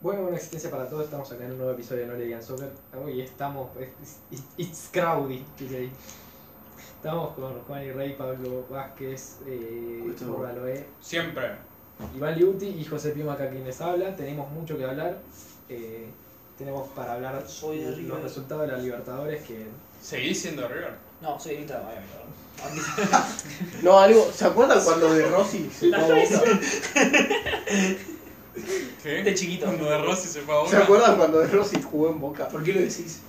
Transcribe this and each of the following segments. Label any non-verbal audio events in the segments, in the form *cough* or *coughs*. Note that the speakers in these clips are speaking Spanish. Bueno, una existencia para todos. Estamos acá en un nuevo episodio de No Le Digan Soccer. Hoy estamos. It's, it's crowdy, DJ. Estamos con Juan y Rey, Pablo Vázquez, eh, Gustavo. Baloé, Siempre. Iván Liuti y José Pima acá quienes hablan. Tenemos mucho que hablar. eh, tenemos para hablar Soy de River. los resultados de la Libertadores que. Seguís siendo River. No, soy grita de Miami, perdón. No, algo. ¿Se acuerdan cuando de Rossi *laughs* se fue a Boca? ¿Qué? De chiquito. Cuando de Rossi se fue a ¿Se Boca. acuerdan cuando de Rossi jugó en Boca? ¿Por qué lo decís?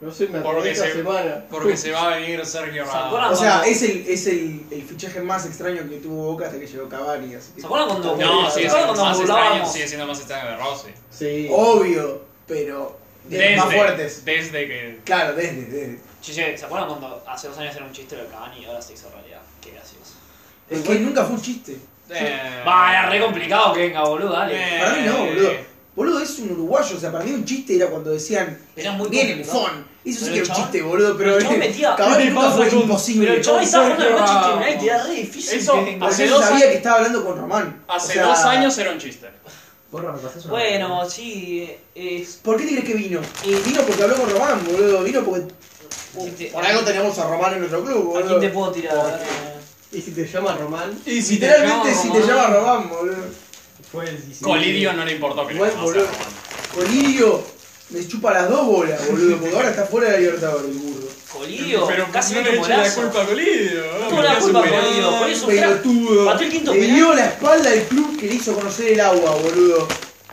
No sé, me acordé Porque esta se- semana. Porque se va a venir Sergio ¿Se Ramos. acuerdan? O sea, es el, es el, el fichaje más extraño que tuvo Boca hasta que llegó Cavani. Así que- ¿Se acuerdan cuando- No, ¿Se acuerdan sigue siendo cuando más extraño, burlábamos? sigue siendo más extraño de Rossi. Sí. Obvio, pero de los Desde, más fuertes. Desde que. Claro, desde, desde. Chiche, ¿se acuerdan cuando hace dos años era un chiste lo de Cavani y ahora se hizo realidad? Qué gracioso. Es que nunca fue un chiste. Eh, Va, era re complicado que venga, boludo, dale. eh, Para mí no, boludo. Boludo, es un uruguayo, o sea, para mí un chiste era cuando decían, Era muy viene complicado. bufón. Pero Eso sí que el era un chabón- chiste, boludo, pero este el chabón metía- Cavani Pero nunca el fue chabón- imposible. Pero el chaval estaba jugando en el Sergio Manchester United, era re difícil. Eso que- Porque hace yo dos sabía años. que estaba hablando con Román. O Hace sea, dos años era un chiste. Borra, me pasás una- Bueno, sí, eh, es... ¿Por qué te crees que vino? Eh, vino porque habló con Román, boludo. Vino porque. uh, Este, Por algo teníamos a Román en nuestro club, ¿A quién te boludo. puedo tirar? Eh, ¿Y si te llama Román? Y Literalmente, si te Román. llama Román, boludo. Fue el 17. Colidio no le importó que le Igual, llamase a boludo. Román. Colirio me chupa las dos bolas, boludo, porque ahora está fuera de la Libertadores, el burro. Colidio, Pero casi no mete le un eche la golazo. culpa a Colidio. No ¿no? tuvo la culpa, Porque hace un Colidio, por penal. eso crack. Pelotudo. Pateó el quinto Le penal. dio la espalda al club que le hizo conocer el agua, boludo.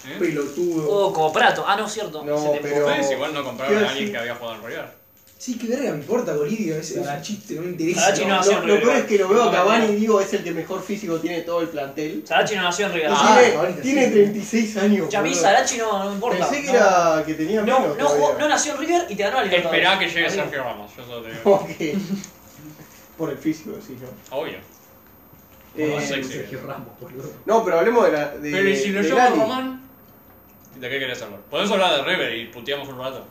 ¿Eh? Pelotudo. Oh, como Prato. Ah, no, cierto. No, se te pero- Ustedes igual no compraron Quiero a alguien decir- que había jugado en River. Sí, qué verga me importa, Colirio. Es, es un chiste, no me interesa. Sarachi no Lo, nació en lo River. peor es que lo veo a No, Cavani y mentira. digo, es el que mejor físico tiene todo el plantel. Sarachi no nació en River. Y Ah, tiene, Cavani está tiene así. 36 años. Ya a mí boludo. Sarachi no, no me importa. Pensé que No. era que tenía No, menos. no, jugó- no todavía. nació en River y te ganó la Libertadores. Esperá que llegue Amigo. Sergio Ramos, yo solo te *laughs* digo. Ok. Por el físico, sí, yo. Obvio. Borra, Eh, sexy. Sergio Ramos, boludo. No, pero hablemos de la. De, Pero ¿y si lo de llama Gatti. Román? ¿De qué querés hablar? Podés hablar de River y puteamos un rato.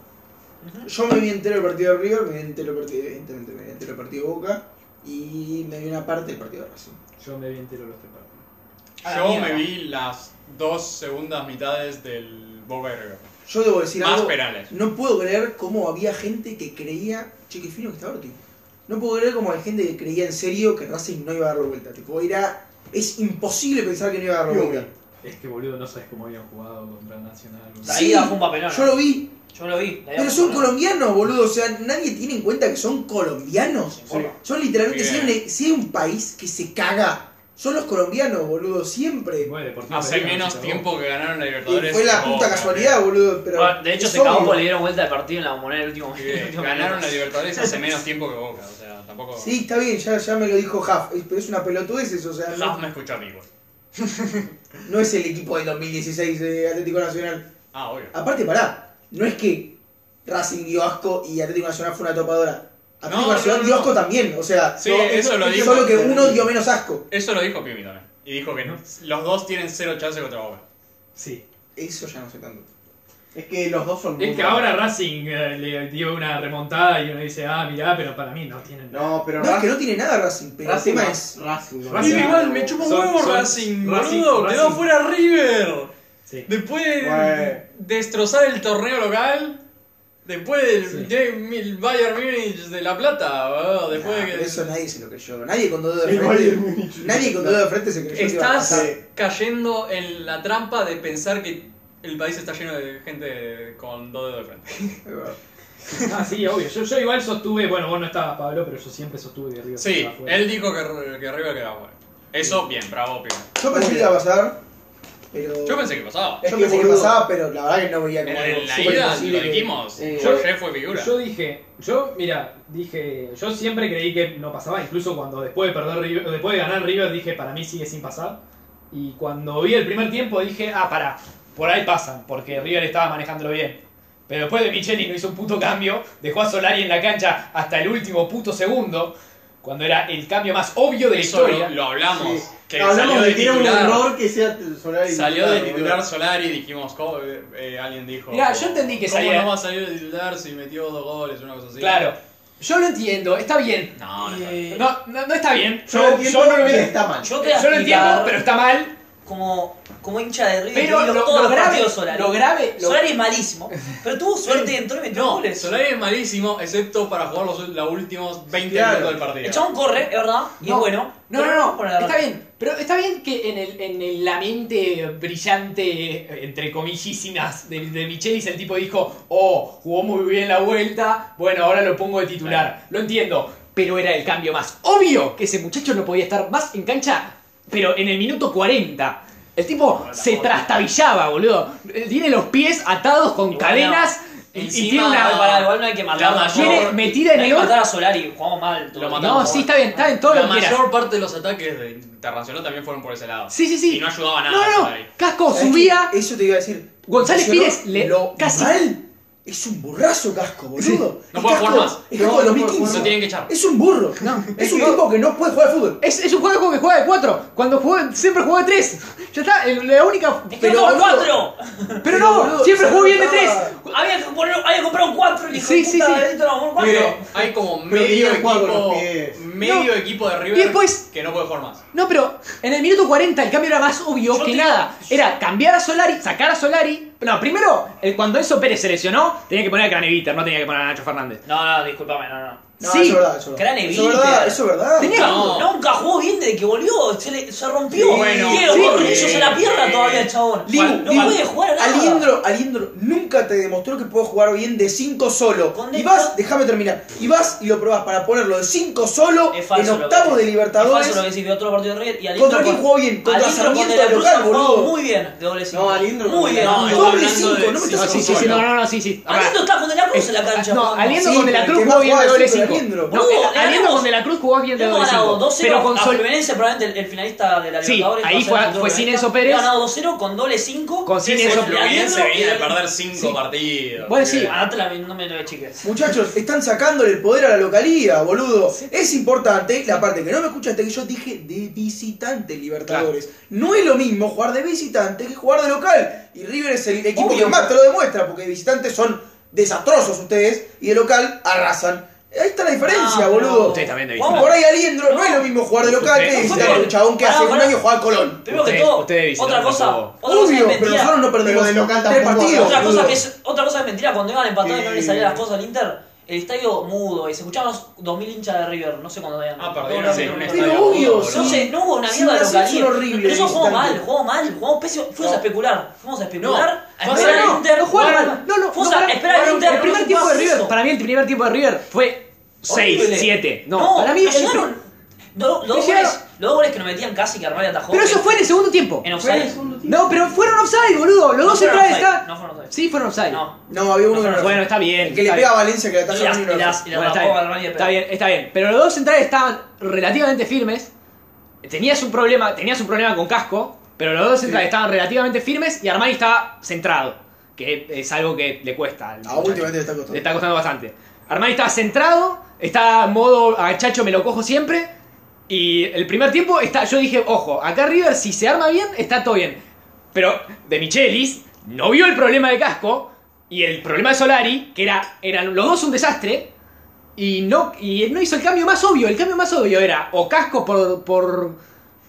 Yo me vi entero el partido de River, me vi entero el partido, evidentemente, me vi entero el partido de Boca. Y me vi una parte del partido de Racing. Yo me vi entero los tres partidos. A la Yo mierda. me vi las dos segundas mitades del Boca y River. Yo debo decir Más algo. penales. No puedo creer cómo había gente que creía. Che, qué fino que está Orti. No puedo creer cómo hay gente que creía en serio que Racing no iba a dar la vuelta. Tipo, era. Es imposible pensar que no iba a dar la Yo vuelta. Es que, boludo, no sabes cómo habían jugado contra Nacional. boludo. La Sí, ida fue un papelón. Yo lo vi, Yo lo vi. la ida pero fue un son papelón. colombianos, boludo. O sea, nadie tiene en cuenta que son colombianos. No se importa. Son literalmente. Si hay, Bien. un, e, si hay un país que se caga, son los colombianos, boludo, siempre. Bueno, Deportivo Hace Pereira no se menos cagó. tiempo que ganaron la Libertadores. Y fue la que puta Boca, casualidad, boludo. Pero Bueno, de hecho, es se cagó obvio. porque le dieron vuelta de partido en la moneda del último River. minuto. Ganaron la Libertadores hace menos tiempo que Boca, o sea, tampoco... Sí, está bien, ya, ya me lo dijo Huff, es- pero es una pelotudez eso, o sea, no- Jamás me escuchó a mí, güey. No es el equipo del 2016 de Atlético Nacional. Ah, obvio. Aparte, pará, no es que Racing dio asco y Atlético Nacional fue una topadora. Atlético No, Nacional no, no, dio no. asco también, o sea, Sí, No, eso lo dijo... solo que uno dio menos asco. Eso lo dijo Pimi también. Y dijo que no- los dos tienen cero chance contra Boca. Sí. Eso ya no sé tanto. Es que los dos son. muy Es que malos. ahora Racing eh, le dio una remontada y uno dice, ah, mirá, pero para mí no tienen nada. No, pero No es que Racing. no tiene nada Racing, pero el Racing tema no- es. Racing. no Racing tiene igual, nada. me chupa un huevo Son- son- Racing, Racing- boludo, quedó Racing. fuera River. Sí. Después de Güey. destrozar el torneo local, después del Sí. de- el Bayern Múnich de La Plata, boludo, Nah, después de Ah, pero que eso nadie se lo creyó, nadie con dos dedos de El Bayern frente. Múnich. Nadie con dos dedos de frente se creyó. que iba a estás pasar. cayendo en la trampa de pensar que el país está lleno de gente con dos dedos de frente. Ah, sí, obvio. Yo, yo igual sostuve, bueno, vos no estabas, Pablo, pero yo siempre sostuve que River se Sí, quedaba fuera. él dijo que, que River quedaba fuera. Eso, bien, bravo, Pino. Yo pensé que iba a pasar, pero. Yo pensé que pasaba. Yo Es que, pensé que boludo, pasaba, pero la verdad que no veía como algo En la súper ida imposible lo que- dijimos, eh, Jorge fue figura. Yo dije, yo, mira, dije, yo siempre creí que no pasaba, incluso cuando después de perder River- después de ganar River dije, para mí sigue sin pasar. Y cuando vi el primer tiempo dije, ah, pará, por ahí pasan, porque River estaba manejándolo bien. Pero después de Micheli no hizo un puto cambio, dejó a Solari en la cancha hasta el último puto segundo, cuando era el cambio más obvio de la Eso historia. lo, lo hablamos. Sí. Que eh, salió Hablamos de de que era un titular. error que sea Solari. Salió de boludo. titular Solari y dijimos, co- eh, eh, alguien dijo. Mirá, yo entendí que ¿Cómo salía- no va a salir de titular si metió dos goles, una cosa así? Claro, yo lo entiendo, está bien. No, no está Eh, no, no, no está bien. Yo lo entiendo, yo no lo pero está mal. Yo te voy a Yo lo entiendo, explicar- pero está mal. como, como hincha de River, Pero vi los- lo, todos lo los grave, partidos de Solari. lo grave, lo- Solari es malísimo, pero tuvo suerte y entró y metió No, goles. Solari es malísimo, excepto para jugar los, los últimos 20 Claro. minutos del partido. El chabón corre, es verdad, y No. es bueno. No, pero no, no, por la está derrota. bien. Pero está bien que en, el, en el- la mente brillante, entre comillísimas, de, de Michelis, el tipo dijo, oh, jugó muy bien la vuelta, bueno, ahora lo pongo de titular. Lo entiendo, pero era el cambio más obvio que ese muchacho no podía estar más en cancha, pero en el minuto 40. El tipo se trastabillaba, boludo. Tiene los pies atados con Igual cadenas y- y, Encima, tiene no, pará, una... igual no hay que matarlo. mayor- no. Tiene metida en No hay el que orto. matar a Solari, jugamos mal. todo. Lo matamos. No, sí, está bien, está bien, todo la lo que quieras. mayor parte de los ataques de Internacional también fueron por ese lado. Sí, sí, sí. Y no ayudaba nada. No, no, Solari. Casco ¿Sabés subía. qué? Eso te iba a decir. González Impresionó Pires le- Lo casi- mal es un burrazo casco, boludo. No Es puede Casco- jugar más. Es casco de No, no puede 2015. Lo tienen que echar. Es un burro. es un tipo que no puede jugar al fútbol. Es, es un juego que juega de 4. Cuando jugó, siempre jugó de 3. Ya está, el- la única. Es que pero, no, cuatro. pero Pero, no, boludo, siempre se jugó bien de 3. notaba. Había que, poner, había que comprar un cuatro, el hijo Sí, de sí, puta, sí. Benito, no, un cuatro. Pero hay como medio querían jugar con los equipo, pies. medio No. equipo de River Y después- que no puede jugar más. No, pero en el minuto 40 el cambio era más obvio Yo que te- nada. Era cambiar a Solari, sacar a Solari. No, primero, el- cuando Enzo Pérez se lesionó, tenía que poner a Craneviter, no tenía que poner a Nacho Fernández. No, no, discúlpame, no, no. No, Sí. eso es verdad, eso es verdad. Crane Eso es verdad, Víter. eso es verdad. Tenía- No. Nunca jugó bien desde que volvió, se, le, se rompió. Sí, bueno, Tiene los sí, cornillos en la pierna sí. todavía el chabón. Liu, no Liu, puede jugar a nada. Aliendro, Aliendro nunca te demostró que puedo jugar bien de 5 solo. Con Y esto- vas, déjame terminar. Y vas y lo probás para ponerlo de 5 solo Es falso en lo que octavos de decís. Es Libertadores. falso lo que decís de otro partido de River y Aliendro ¿Contra quién jugó bien? Contra Aliendro contra Sarmiento de la Cruz local, ha jugado boludo. Muy bien, de doble cinco. No, Aliendro Muy bien. no, muy no, bien. doble cinco, no me sí, estás No, sí, sí, sí, sí, no, no, no, sí, sí. Aliendro está con De La Cruz en la cancha. No, jugando. Aliendo Sí, con De La pero Cruz el jugó tema bien de juega doble siempre 5. Aliendro. No, Boludo, le Aliendo ganamos- con De La Cruz jugó bien de Hemos doble ganado 5. 2-0 Pero con a Sol. Fluminense, probablemente el, el finalista de la Sí, Libertadores. ahí va a ser fue- el futuro fue sin finalista. Enzo Pérez. Ha ganado 2-0 con doble 5. Con Sin Ese Enzo Fluminense Aliendro- venía de perder 5 partidos. Bueno, sí. Ganátela, no me lo de chiques. Muchachos, están sacándole el poder a la localía, boludo. Es importante, la parte que no me escuchaste, que yo dije de visitante Libertadores. No es lo mismo jugar de visitante que jugar de local. Y River es el equipo Obvio. que más te lo demuestra, porque de visitantes son desastrosos ustedes y de local arrasan. Ahí está la diferencia, No, boludo. Ustedes también de Vamos por ahí Aliendro, no es lo mismo jugar de local que de Ustedes- visitante. Un chabón que Pará, hace un pará. año jugaba al Colón. Primero que Ustedes- todo, ustedes dicen otra algo cosa, como- otra cosa es Obvio, pero mentira. nosotros no perdimos Pero de local tres tampoco. partidos. Otra cosa, boludo. que es, otra cosa es mentira, cuando iban empatados y no Sí. le salían las cosas al Inter, el estadio mudo y se escuchaban los 2000 hinchas de River, no sé cuándo habían. Ah, No, perdieron no, en no, un no. estadio. Pero mudo, obvio, boludo. No sé, no hubo una Sí, mierda de Brasil es localía. horrible, Pero nosotros jugamos mal, visitante. jugamos mal, jugamos pésimo. Fuimos a especular, fuimos a especular, a No, esperar no, al Inter. no jugaron jugar. mal. No, no, Fuimos no, a pará, esperar al pará, Inter. El primer no tiempo de pasó. River, para mí el primer tiempo de River fue 6, Horrible. 7. No, para mí nos eso- llegaron- no, los, dos llegaron- goles, los dos goles que nos metían casi que Armani atajó. Pero eso que- fue en el segundo tiempo. En offside. No, pero fueron offside, boludo. Los No fueron dos centrales offside, están. No fueron offside. Sí, fueron offside. No. No, había uno que no era. Bueno, está bien. El que le está pega a bien. Valencia que la Y talla las, no y era. las, y las Bueno, está, tapó Armani bien. de está pedo. bien, está bien. Pero los dos centrales estaban relativamente firmes. Tenías un problema, tenías un problema con casco, pero los dos centrales estaban relativamente firmes y Armani estaba centrado, que es algo que le cuesta. al Ah, muchacho. últimamente le está costando. Le está costando bastante. Armani está centrado, está modo agachacho, me lo cojo siempre. Y el primer tiempo está, yo dije, ojo, acá River si se arma bien, está todo bien. Pero de Michelis no vio el problema de casco y el problema de Solari, que era, eran los dos un desastre. Y no, y no hizo el cambio más obvio. El cambio más obvio era o casco por. por.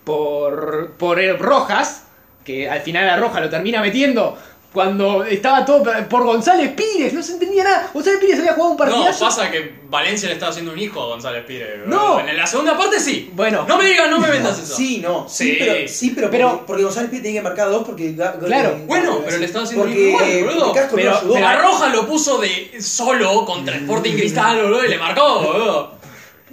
por. por el Rojas, que al final a Rojas lo termina metiendo. Cuando estaba todo per- por González Pires, no se entendía nada. González Pires había jugado un No, partidazo. pasa que Valencia le está haciendo un hijo a González Pires. boludo. No. En la segunda parte sí. Bueno. No me digas, no me vendas eso. Sí, no. Sí, Sí. pero, sí, pero, Pero- porque, porque González Pires tenía que marcar a dos porque. Ga- Ga- Claro. Ga- Bueno, Ga- pero le estaba haciendo porque, un gol, eh, boludo. porque Casco Pero- no ayudó. pero- a Roja lo puso de solo Mm. contra Sporting Cristal, boludo, y le marcó, boludo.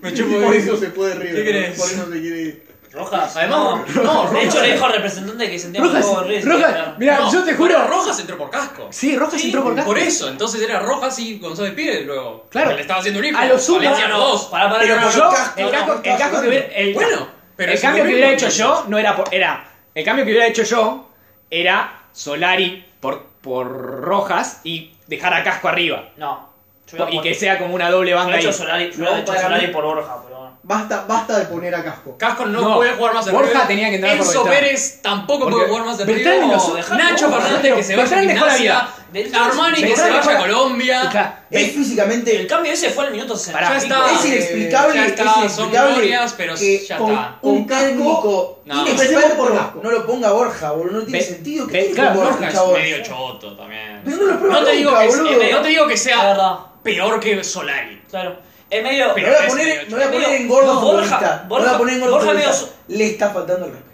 Me chupo Por eso. eso se puede River. ¿Qué crees? Por eso se quiere ir. Rojas. Además, no, no, De hecho, Rojas- le dijo al representante que sentía un Rojas, poco de River. Rojas, mira, No, yo te juro. pero Rojas entró por casco. Sí, Rojas entró por casco. Por eso, entonces era Rojas y González Pires luego. Claro. Porque Le estaba haciendo un hijo. A lo sumo- Valencia no dos. Para, para, Pero no, no, por no. Yo, casco, el no, casco, no, el casco que hubiera. el- Bueno, pero el es un cambio que mismo, hubiera hecho yo entonces. no era por, era el cambio que hubiera hecho yo era Solari por por Rojas y dejar a Casco arriba No. Yo y que sea como una doble Yo banda he hecho ahí. Solari, yo No, he hecho para Solari mí- por Borja, pero bueno. Basta, basta de poner a casco. Casco no, No, puede jugar más de Borja River. tenía que entrar por Enzo Beltrán. Pérez tampoco Porque puede jugar más de Beltrán River. los- Nacho no, Fernández pero que se vaya a Beltrán dejó la Gimnasia. Beltrán- Armani que se Beltrán vaya a dejó- Colombia. Claro. Es físicamente El cambio ese fue el minuto 60. Ya está. es inexplicable, Ya está, es son inexplicable glorias, pero que ya con está. un Un casco- técnico No. inexperto Empecemos por casco. no lo ponga Borja, boludo, no tiene Ve- sentido. ¿Qué ve- tiene claro, con Borja, Borja es chabón? medio choto también. Pero no lo prueba No te digo nunca, que- boludo. eh, no te digo que La sea verdad, peor que Solari. claro. Es medio. No Pero voy a es poner, medio no voy a choto. poner en gordo No, Borja- futbolista. No voy a Borja- poner en gordo Borja futbolista. medio Le está faltando el respeto.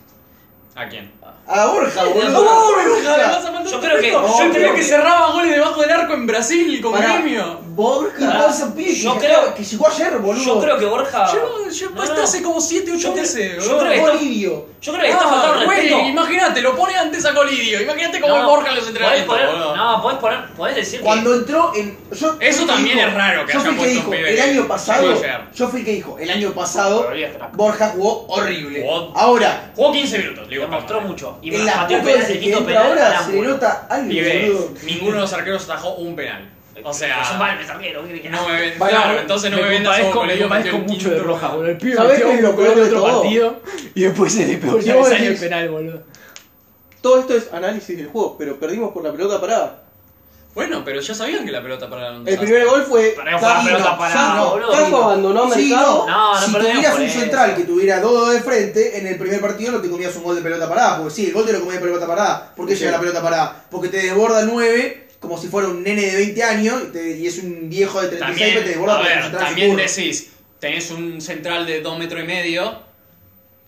¿A quién? A Borja, boludo. No, Borja. yo creo que. No, Yo yo creo creo que que- cerraba goles debajo del arco en Brasil con Pará. gremio. Borja. Y pasa un pibe que Yo se creo- acaba- que llegó ayer, boludo. Yo creo que Borja. Yo, yo No, hasta no. hace como 7, 8 Ah. Yo creo- meses. yo boludo. creo que- Colidio. Yo creo que está Ah, faltando güey, respeto. Imagínate, lo pone antes a Colidio. Imagínate cómo No, Borja en los podés entrenamientos. poner, boludo. No, podés poner. Podés decir Cuando entró en. Yo, Eso yo fui el también dijo- es raro que yo fui hayan el que puesto dijo, un pibe El que año pasado. jugó ayer. Yo fui el que dijo. El año pasado. Todavía está. Borja jugó horrible. Jugó- Ahora, Jugó 15 minutos, le que. digo. Demostró para- mucho. Y en las pateó el pocas penal, veces el que quinto entra penal. ahora al se le ángulo. nota algo, Pibe, boludo. ninguno de los arqueros atajó un penal. O Es un sea, mal arquero, ¿qué querés que haga? no me ven- Pará, Claro, entonces no me vendas compadezco- como Colidio me metió compadezco el mucho de quinto. Roja, boludo. El pibe ¿Sabés metió qué es lo un gol peor de de otro todo? partido y después se le pegó Y ya vos el año el decís- penal, boludo. Todo esto es análisis del juego, pero perdimos por la pelota parada. Bueno, pero ya sabían que la pelota para un El desastre. primer gol fue. Pero fue la Sabino, pelota parada, Sabino, boludo. Casco abandonó Sí, mercado. No, no si perdemos tuvieras por un eso. central que tuviera todo de frente, en el primer partido no te comías un gol de pelota parada. Porque sí, el gol te lo comía de pelota parada. ¿Por qué Sí. llega la pelota parada? Porque te desborda el 9 como si fuera un nene de 20 años y, te- y es un viejo de 36 que te También, desborda a porque el ver, central se también curva. decís, tenés un central de 2 metros y medio,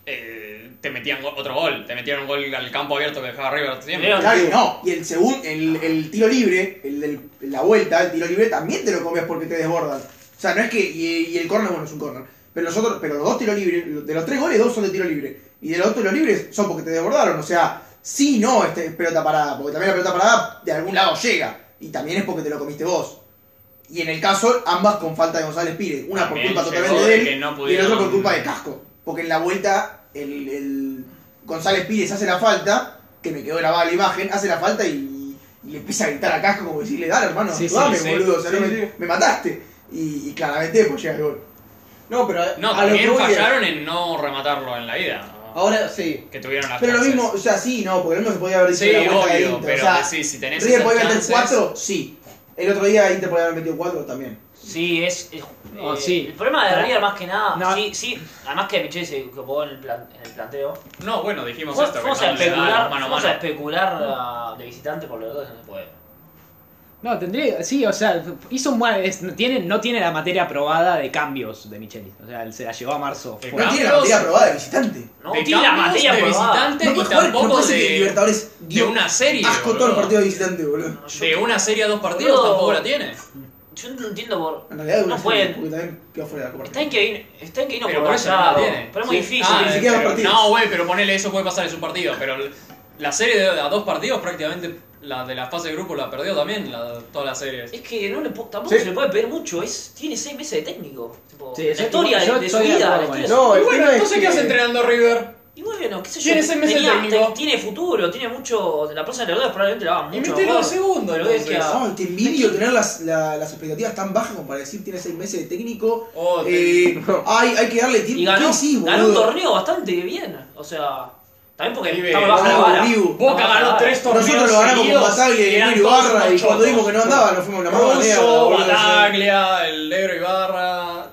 eh, te metían go- otro gol, te metieron un gol al campo abierto que dejaba River siempre. Leo, Claro, y no. Y el segundo, el, el tiro libre, el del- la vuelta, el tiro libre también te lo comías porque te desbordan. O sea, no es que. Y, y el córner, bueno, es un córner. Pero los otros, pero los dos tiros libres, de los tres goles, dos son de tiro libre. Y de los otros tiros libres son porque te desbordaron. O sea, sí, no, este es pelota parada. Porque también la pelota parada de algún lado llega. Y también es porque te lo comiste vos. Y en el caso, ambas con falta de González Pires. Una por También culpa llegó totalmente de de él. que no y el otro por pudieron- culpa de casco. Porque en la vuelta, el, el González Pires hace la falta que me quedó grabada la imagen, hace la falta y, y le empieza a gritar a Casco como decirle, dale hermano, Sí, sí, dame, sí. boludo, o sea, Sí, no me, sí. me mataste. Y, y claramente después llega el gol. No, pero. a- No, a lo que también voy es- fallaron en no rematarlo en la ida. ¿no? Ahora sí. Que tuvieron las Pero lo chances. mismo, o sea, sí, no, porque lo mismo se podía haber dicho Sí, de la vuelta de obvio, Inter. pero o sea, sí, si tenés River esas podía meter chances- cuatro, sí. El otro día Inter podía haber metido cuatro también. Sí, es. es- No, eh, sí. El problema de No. River más que nada. No. Sí, sí. Además que Michelle se ocupó en el, plan- en el planteo. No, bueno, dijimos Fuimos esto, que fuimos a no le da especular, mano a fuimos a mano. especular ah, de visitante por los dos no se puede. No, tendría, sí, o sea, hizo un mal, es- tiene, no tiene la materia aprobada de cambios de Micheli. O sea, él se la llevó a marzo. De fuera. No Cambios. tiene la materia probada de visitante. No De tiene la cambios, materia de probada. visitante No y puede jugar, no tampoco puede ser que de, Libertadores de dio una serie. asco todo boludo. el partido de visitante, boludo. De una serie a dos partidos Boludo. tampoco la tiene. Yo no entiendo por. En realidad de una No serie, pueden. porque también quedó fuera de la Está copa. en que vino, está en que vino Pero por por eso no la Gallardo, tiene. Pero es muy Sí. difícil. Ah, ni eh, siquiera dos pero- partidos. No, güey, pero ponele eso puede pasar, es un partido. Pero la serie de, a dos partidos prácticamente, la de la fase de grupo la perdió también, la, todas las series. es que no le, po- tampoco se le puede pedir mucho. Es, tiene seis meses de técnico. Tipo, Sí, la yo- historia de, yo de su estoy de vida. acuerdo la historia con de eso. su- No, Y el bueno, tema es entonces este, que- ¿qué hace entrenando River? Y bueno, qué sé yo. Tiene seis meses de tenía- técnico. te- Tiene futuro, tiene mucho. La próxima Libertadores probablemente la va mucho. Y metelo mejor. de segundo, Pero es que entonces. ah, a- Ay, qué ah, envidio tener las, la- las expectativas tan bajas como para decir tiene seis meses de técnico. Oh, te- Eh, ay, hay que darle tiempo. Y ganó, ¿Qué decís, ganó un boludo? torneo bastante bien. O sea, también porque Pibe, estamos baja la no, vara. Riu, Estamos Boca baja la ganó vara. tres torneos Nosotros lo ganamos con seguidos Bataglia y y eran Emilio todos Ibarra unos y cuando chotos. vimos que no andaba nos fuimos a la mano Russo, Bataglia, el negro Ibarra.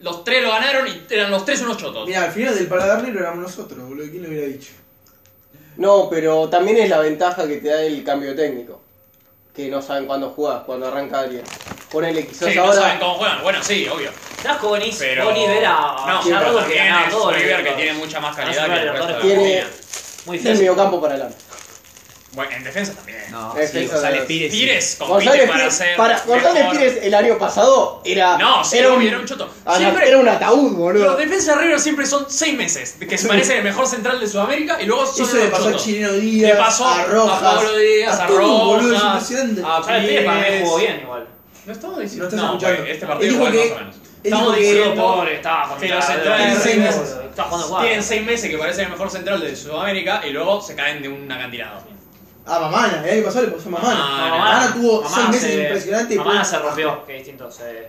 Los tres lo ganaron y eran los tres unos chotos. Mira, al final del paladar negro éramos nosotros, boludo. ¿Quién lo hubiera dicho? No, pero también es la ventaja que te da el cambio técnico. Que no saben cuándo jugás, cuando arranca alguien. Ponele quizás Sí, no ahora. saben cómo juegan. Bueno, sí, obvio. Estás con Bonis, Pero. Bonis era. No, ya pero algo que también ganaba es todo, Ah, River que Libertadores. tiene mucha más calidad que Ganó el Libertadores resto de Tiene- Argentina. Muy Del fácil. mediocampo para adelante. Bueno, en defensa también. No, Es sí, eso, González no. Pires. sí. Pires compite González para Pires, ser. para- González mejor. Pires el año pasado ah, era. No, sí, era obvio, un, era un choto. ana- Siempre- era un ataúd, boludo. Los defensas de River siempre son seis meses, de que se parece el mejor central de Sudamérica y luego son Eso le unos pasó a chotos. Chileno Díaz, Le pasó a Rojas, a Pablo Díaz, a, todos, boludo, es Rojas, impresionante. a Ya el Tigre para mí Pires. jugó bien igual. Ah, No estamos No diciendo. estás No, escuchando. güey, este Él partido dijo igual que- más o menos. él Estamos dijo que- diciendo Pobre, estaba que contra los centrales de seis River meses. Está jugando guarda. tienen seis meses que parece el mejor central de Sudamérica y luego se caen de un acantilado. A Mamana, el año pasado le pasó a Mamana. Mamana. Mamana tuvo Mamana seis meses se- impresionantes. y Mamana después- se rompió, que distinto. Se Bueno,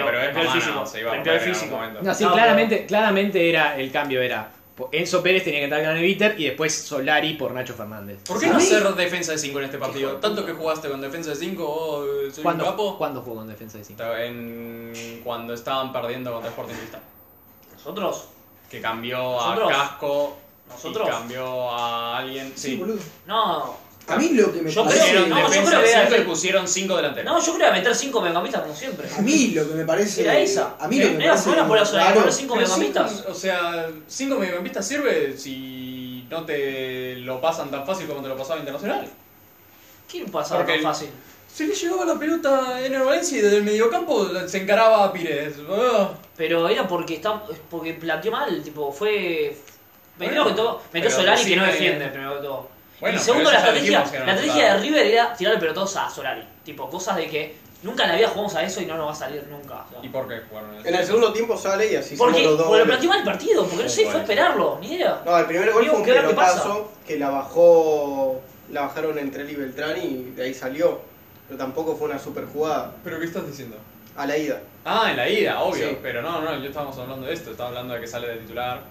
rompió, pero es rompió el mamá, físico. se iba a rompió el romper en algún físico. momento. No, sí, No, claramente, claramente era el cambio era po- Enzo Pérez tenía que entrar con Eviter y después Solari por Nacho Fernández. ¿Por qué no hacer defensa de 5 en este partido? Tanto que jugaste con defensa de 5, vos eh, soy un ¿Cuándo, capo. ¿cuándo jugó con defensa de 5? En- Cuando estaban perdiendo contra Sporting Cristal. Nosotros, Que cambió ¿Nosotros? a Casco. ¿Nosotros? Y cambió a alguien. Sí, Sí. boludo. No, A mí lo que me Yo parece. Pusieron No, yo defensa creo de que era- 5 y pusieron 5 delanteros. no, yo quería meter 5 megamistas como siempre. A mí lo que me parece. Era esa. A mí lo que me Era parece. Fulano por la zona, raro- poner 5 Pero cinco- megamistas. O sea, 5 mediocampistas sirve si no te lo pasan tan fácil como te lo pasaba Internacional. ¿Quién pasaba Porque tan el- fácil? Se le llegaba la pelota en el Valencia y desde el mediocampo se encaraba a Pires. Ah. Pero era porque está, porque planteó mal, tipo, fue. Bueno, Primero que todo, pero metió Solari que no decime- defiende, primero que todo. Bueno, y segundo, pero la eso ya estrategia, dijimos que era la una estrategia de putada. River era tirar pelotados a Solari. Tipo, cosas de que nunca en la vida jugamos a eso y no nos va a salir nunca. o sea. ¿Y por qué jugaron eso? En el segundo tiempo sale y así Porque somos los dos. porque lo goles. planteó mal el partido, porque no sé, fue a esperarlo, ni idea. No, el primer gol Digo, fue un ¿qué hora que pelotazo que la bajó. La bajaron entre él y Beltrán y de ahí salió. Pero tampoco fue una super jugada. ¿Pero qué estás diciendo? A la ida. Ah, en la ida, obvio. Sí. Pero no, no, yo estábamos hablando de esto. Estaba hablando de que sale de titular.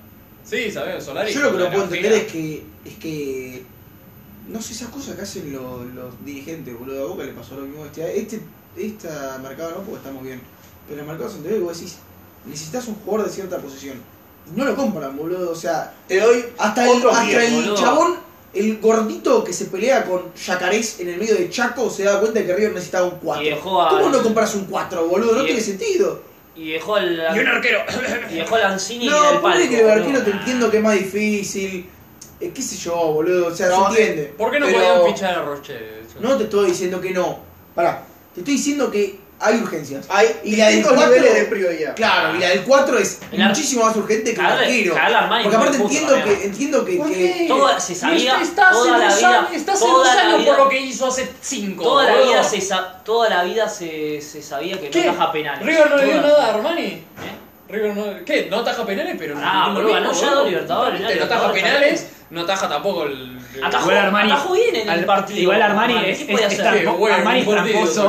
Sí, sabes, Solari. Yo lo que no la puedo entender es energía. que. Es que. No sé, esas cosas que hacen los, los dirigentes, boludo. A Boca le pasó lo mismo. Este, este esta mercado no, porque estamos bien. Pero en el mercado anterior, vos decís, necesitas un jugador de cierta posición. Y no lo compran, boludo. O sea, Te doy. hasta el, Otros hasta diez, el boludo. chabón, el gordito que se pelea con Yacarés en el medio de Chaco, se da cuenta que River necesitaba un 4. Y dejó a- ¿Cómo no compras un 4, boludo? No Y- tiene sentido. Y dejó al. Y un arquero. *coughs* Y dejó al Lanzini en el No, palco. ponle que el boludo. arquero te entiendo que es más difícil. eh, qué sé yo, boludo. O sea, No, se entiende. ¿Por qué no Pero- podían fichar a Roche? No te estoy diciendo que no. Pará. Te estoy diciendo que hay urgencias. Hay Y la del distintos cuatro- niveles de prioridad. Claro, y la del 4 es El ar- muchísimo más urgente que el Cagarle- arquero. cagarle a Armani Porque no aparte me puso entiendo también. que, entiendo que, que- eh. Todo se sabía, toda la vida, Estás toda la en vida- por lo que hizo hace 5. Toda la vida se, sa- toda la vida se, se sabía que ¿Qué? no taja penales. River no le dio Toda- nada a Armani. ¿Eh? River no. ¿Qué? No ataja penales, pero Ah, no. boludo, no, ganó ya boludo. dos Libertadores, No ya ataja Libertadores penales, no ataja tampoco el. Atajó, Igual Armani- atajó bien en Al- el partido. igual Armani es- ¿Qué es- puede es hacer? trampo- Armani es tramposo.